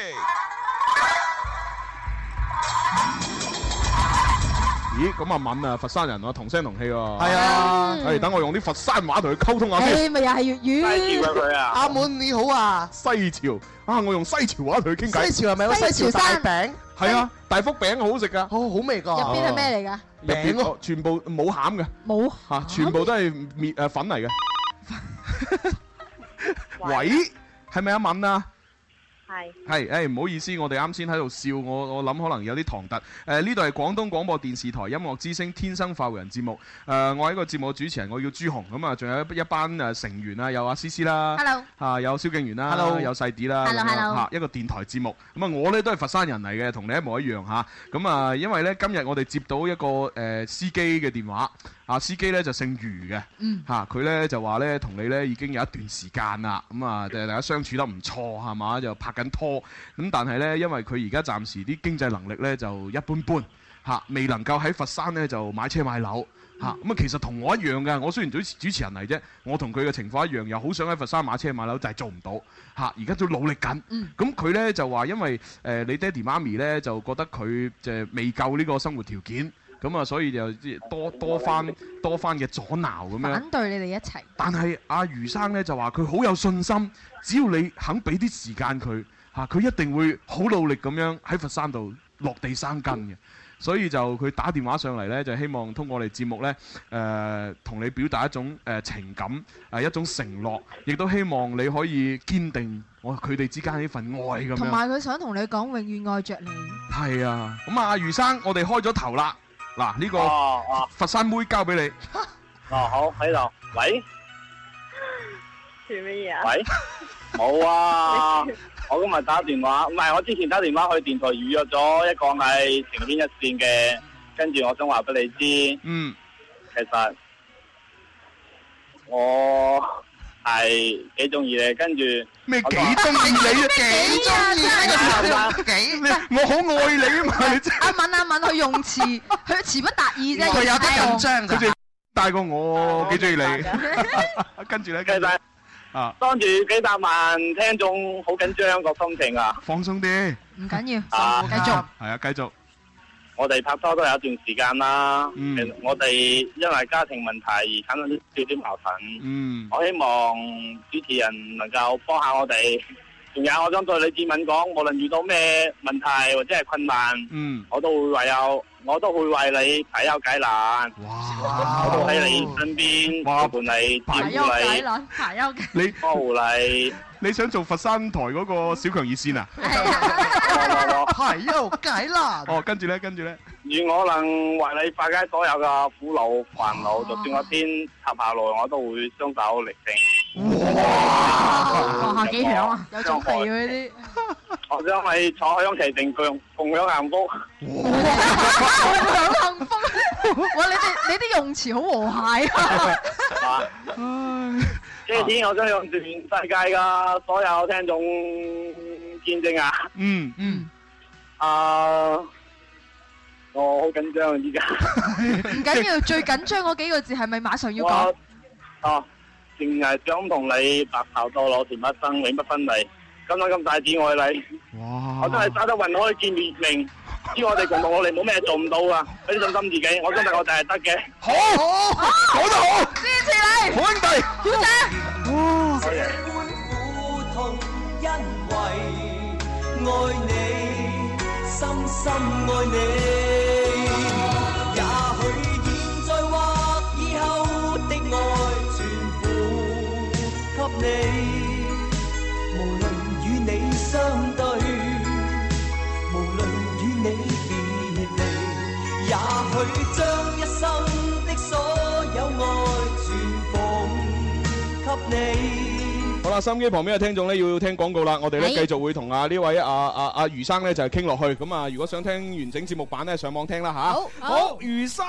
咦，咁啊敏啊，佛山人啊，同聲同氣喎。係啊係等我用啲佛山話同佢溝通下你先。咪又係粵語。阿滿你好啊，西樵啊，我用西樵話同佢傾偈。西樵係咪有個西樵大餅？係啊，大福餅好好食㗎。好好味㗎。入 Ờ. 邊係咩嚟㗎？入邊哦全部冇餡嘅，冇嚇，全部都係面誒粉嚟嘅。喂，係咪阿敏啊？係係，誒唔好意思，我哋啱先喺度笑，我我諗可能有啲唐突。誒呢度係廣東廣播電視台音樂之聲天生快活人節目。誒、我係一個節目主持人，我叫朱紅。咁啊，仲有一一班誒成員啊，有阿思思啦 Hello 啊有蕭敬元啦 Hello 有細啲啦 Hello，咁啊樣 hello 嚇一個電台節目。咁啊，我呢都係佛山人嚟嘅，同你一模一樣嚇。咁啊，因為呢，今日我哋接到一個誒、司機嘅電話，啊司機呢就姓余嘅。嗯嚇佢咧就話咧同你咧已經有一段時間啦，咁啊誒大家相處得唔錯係嘛，就拍緊拖，咁但係咧因為佢而家暫時啲經濟能力咧就一般般嚇、未能夠喺佛山咧就買車買樓。嚇咁啊，其實同我一樣嘅，我雖然主主持人嚟啫，我同佢嘅情況一樣，又好想喺佛山買車買樓，但係做唔到嚇，而家都努力緊。咁佢呢就話，因為誒、呃你爹哋媽咪呢，就覺得佢就未夠呢個生活條件，咁啊，所以就即係多多翻多翻嘅阻撓咁樣。反對你哋一齊。但係阿余生咧就話佢好有信心，只要你肯俾啲時間佢嚇，佢、一定會好努力咁樣喺佛山度落地生根嘅。所以就佢打電話上嚟呢，就希望通過我哋節目呢，誒、同你表達一種誒、呃情感，誒、一種承諾，亦都希望你可以堅定我佢哋之間呢份愛咁同樣。埋佢想同你講，永遠愛着你。係啊，咁啊，阿余生，我哋開咗頭啦，嗱呢、個佛山妹交俾你。 哦，好喺度。喂做乜嘢啊？喂，冇啊！我今日打電話，唔係我之前打電話去電台預約咗一個係晴天一線嘅，跟住我想話俾你知，嗯，其實我係幾中意你，跟住咩幾中意你啊？幾中意呢個詞你啊我好 愛你啊嘛！你真係阿敏阿敏，佢用詞，佢詞不達意啫，佢有用詞不當啲緊張㗎佢哋大過我哦幾中意你。 跟住咧，跟住啊，當住幾百萬聽眾好緊張個心情啊！放鬆啲，唔緊要，繼續。係啊，繼續。我哋拍拖都有一段時間啦，其實我哋因為家庭問題而產生少少矛盾。嗯，我希望主持人能夠幫下我哋。 仲有，我想對李志敏講，無論遇到咩問題或者係困難，嗯，我都會為有，我都會為你排憂解難。我都喺你身邊陪伴你，照排憂解顧難，排憂解你呵護 你。你想做佛山台嗰個小強熱線啊？排憂解難。哦，跟住咧，跟住咧，你。願我能為你化解所有嘅苦惱煩惱，就算我天塌下來，我都會雙手力挺。哇，幾響 啊！有種肥嗰啲。我想你坐享其成，共共享幸 福。好幸福。哇！你哋你啲用詞好和諧啊！ 啊！呢天我相信全世界嘅所有聽眾見證啊！嗯嗯，啊，我好緊張啊！依家唔緊要，最緊張嗰幾個字係咪馬上要講我？哦，淨係想同你白頭到老，甜不生，永不分離。今晚咁大至愛你，哇！我真係打得雲開見月明。知我哋共同努力，冇咩做唔到啊！俾啲信心自己，我相信我哋係得嘅。好，講得好，支持好兄弟，好姐。好啦，收音機旁邊嘅聽眾咧要聽廣告啦，我哋咧係繼續會同啊呢位啊啊啊余生咧就係傾落去，咁啊如果想聽完整節目版咧上網聽啦吓。好，余生，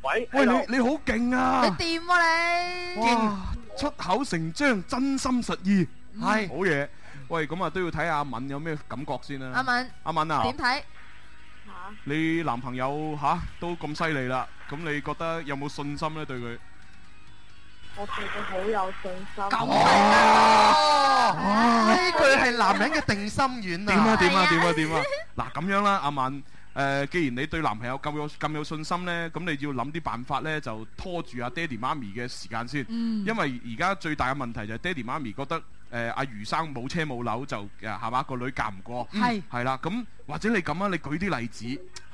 喂喂你你好勁啊！掂喎你，哇，出口成章，真心實意，係好嘢。喂，咁啊都要睇下阿敏有咩感覺先啦。阿敏阿敏啊，點睇？你男朋友吓都咁犀利啦，咁你覺得有冇信心咧對佢？我對佢好有信心。à? 呢句係男人嘅定心丸啊！點啊點啊點啊點 啊！嗱咁樣啦，阿敏。誒、既然你對男朋友咁有咁有信心呢，咁你要諗啲辦法呢，就拖住阿爹哋媽咪嘅時間先。嗯因為而家最大嘅問題就係爹哋媽咪覺得誒阿、余生冇車冇樓就誒係嘛個女嫁唔過。係係啦，咁或者你咁啊，你舉啲例子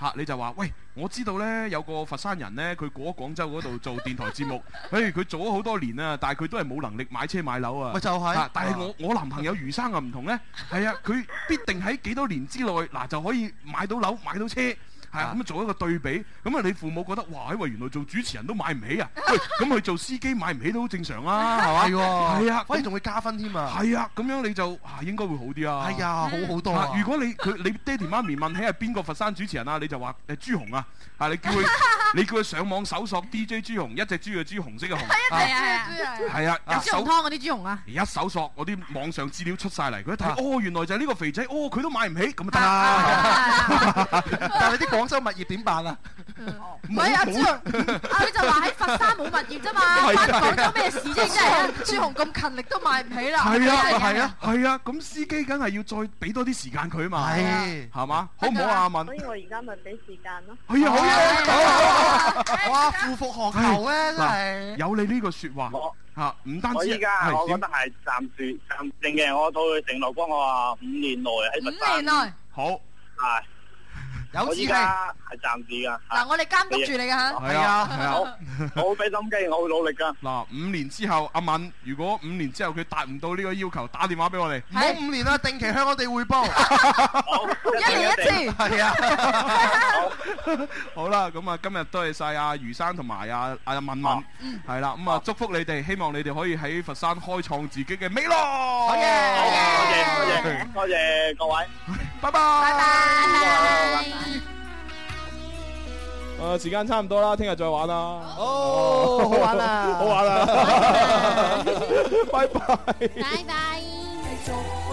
嚇、你就話喂，我知道呢，有個佛山人呢，佢過咗廣州嗰度做電台節目， 誒佢、做咗好多年啊，但係佢都係冇能力買車買樓啊。咪就係啊但係我我男朋友余生啊唔同呢，係啊，佢必定喺幾多年之內嗱就可以買到樓買到車。係啊，咁做一個對比，咁啊你父母覺得哇，喂原來做主持人都買唔起啊，喂咁去做司機買唔起都好正常 啊，係嘛？係喎係啊，反而仲會加分添啊。係啊，咁樣你就啊應該會好啲啊。係啊好好多啊如果你佢你爹哋媽咪問起係邊個佛山主持人啊，你就話誒朱紅啊，啊你叫佢你叫佢上網搜索 DJ 朱紅，一隻豬嘅豬，紅色嘅紅。係啊啊係啊有豬手紅湯嗰啲豬紅啊，一搜索我啲網上資料出晒嚟，佢一睇，哦，原來就係啊呢個肥仔，哦，佢都買唔起，咁就得啦。啊 但係啲廣州物業點辦啊？唔係阿朱紅，佢就話喺佛山冇物業啫嘛， 係啊啊關廣州咩事啫？真係朱紅咁勤力都買唔起啦，係啊，係啊，係啊，咁司機梗係要再俾多啲時間佢啊嘛，係係嘛，好唔好啊？阿敏所？以我而家咪俾時間咯。哎呀，好嘢，好啊好啊！ 哇，負負荷求咧，真係。嗱有你呢個説話嚇，唔單我止依家係我覺點得係暫時暫定嘅，我對佢承諾幫我話五年內喺佛山。好。係。有我依家係暫時㗎。嗱我哋監督住你㗎嚇係啊係啊我我好俾心機，我會努力㗎。嗱，五年之後，阿敏，如果五年之後佢達唔到呢個要求，打電話俾我哋。唔好五年啦，定期向我哋匯 報。一年一次。係啊。好啦，咁啊，今日多謝晒阿余生同埋阿阿敏敏，係啦，咁啊，祝福你哋，希望你哋可以喺佛山開創自己嘅未來。好嘅，多謝多謝各位，拜拜，拜拜。啊誒，時間差唔多啦，聽日再玩啦。哦，好玩 啊好玩啊！拜拜。拜拜。也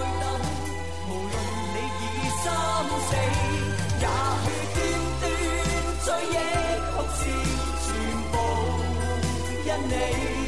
許短短追憶，哭笑全部。你。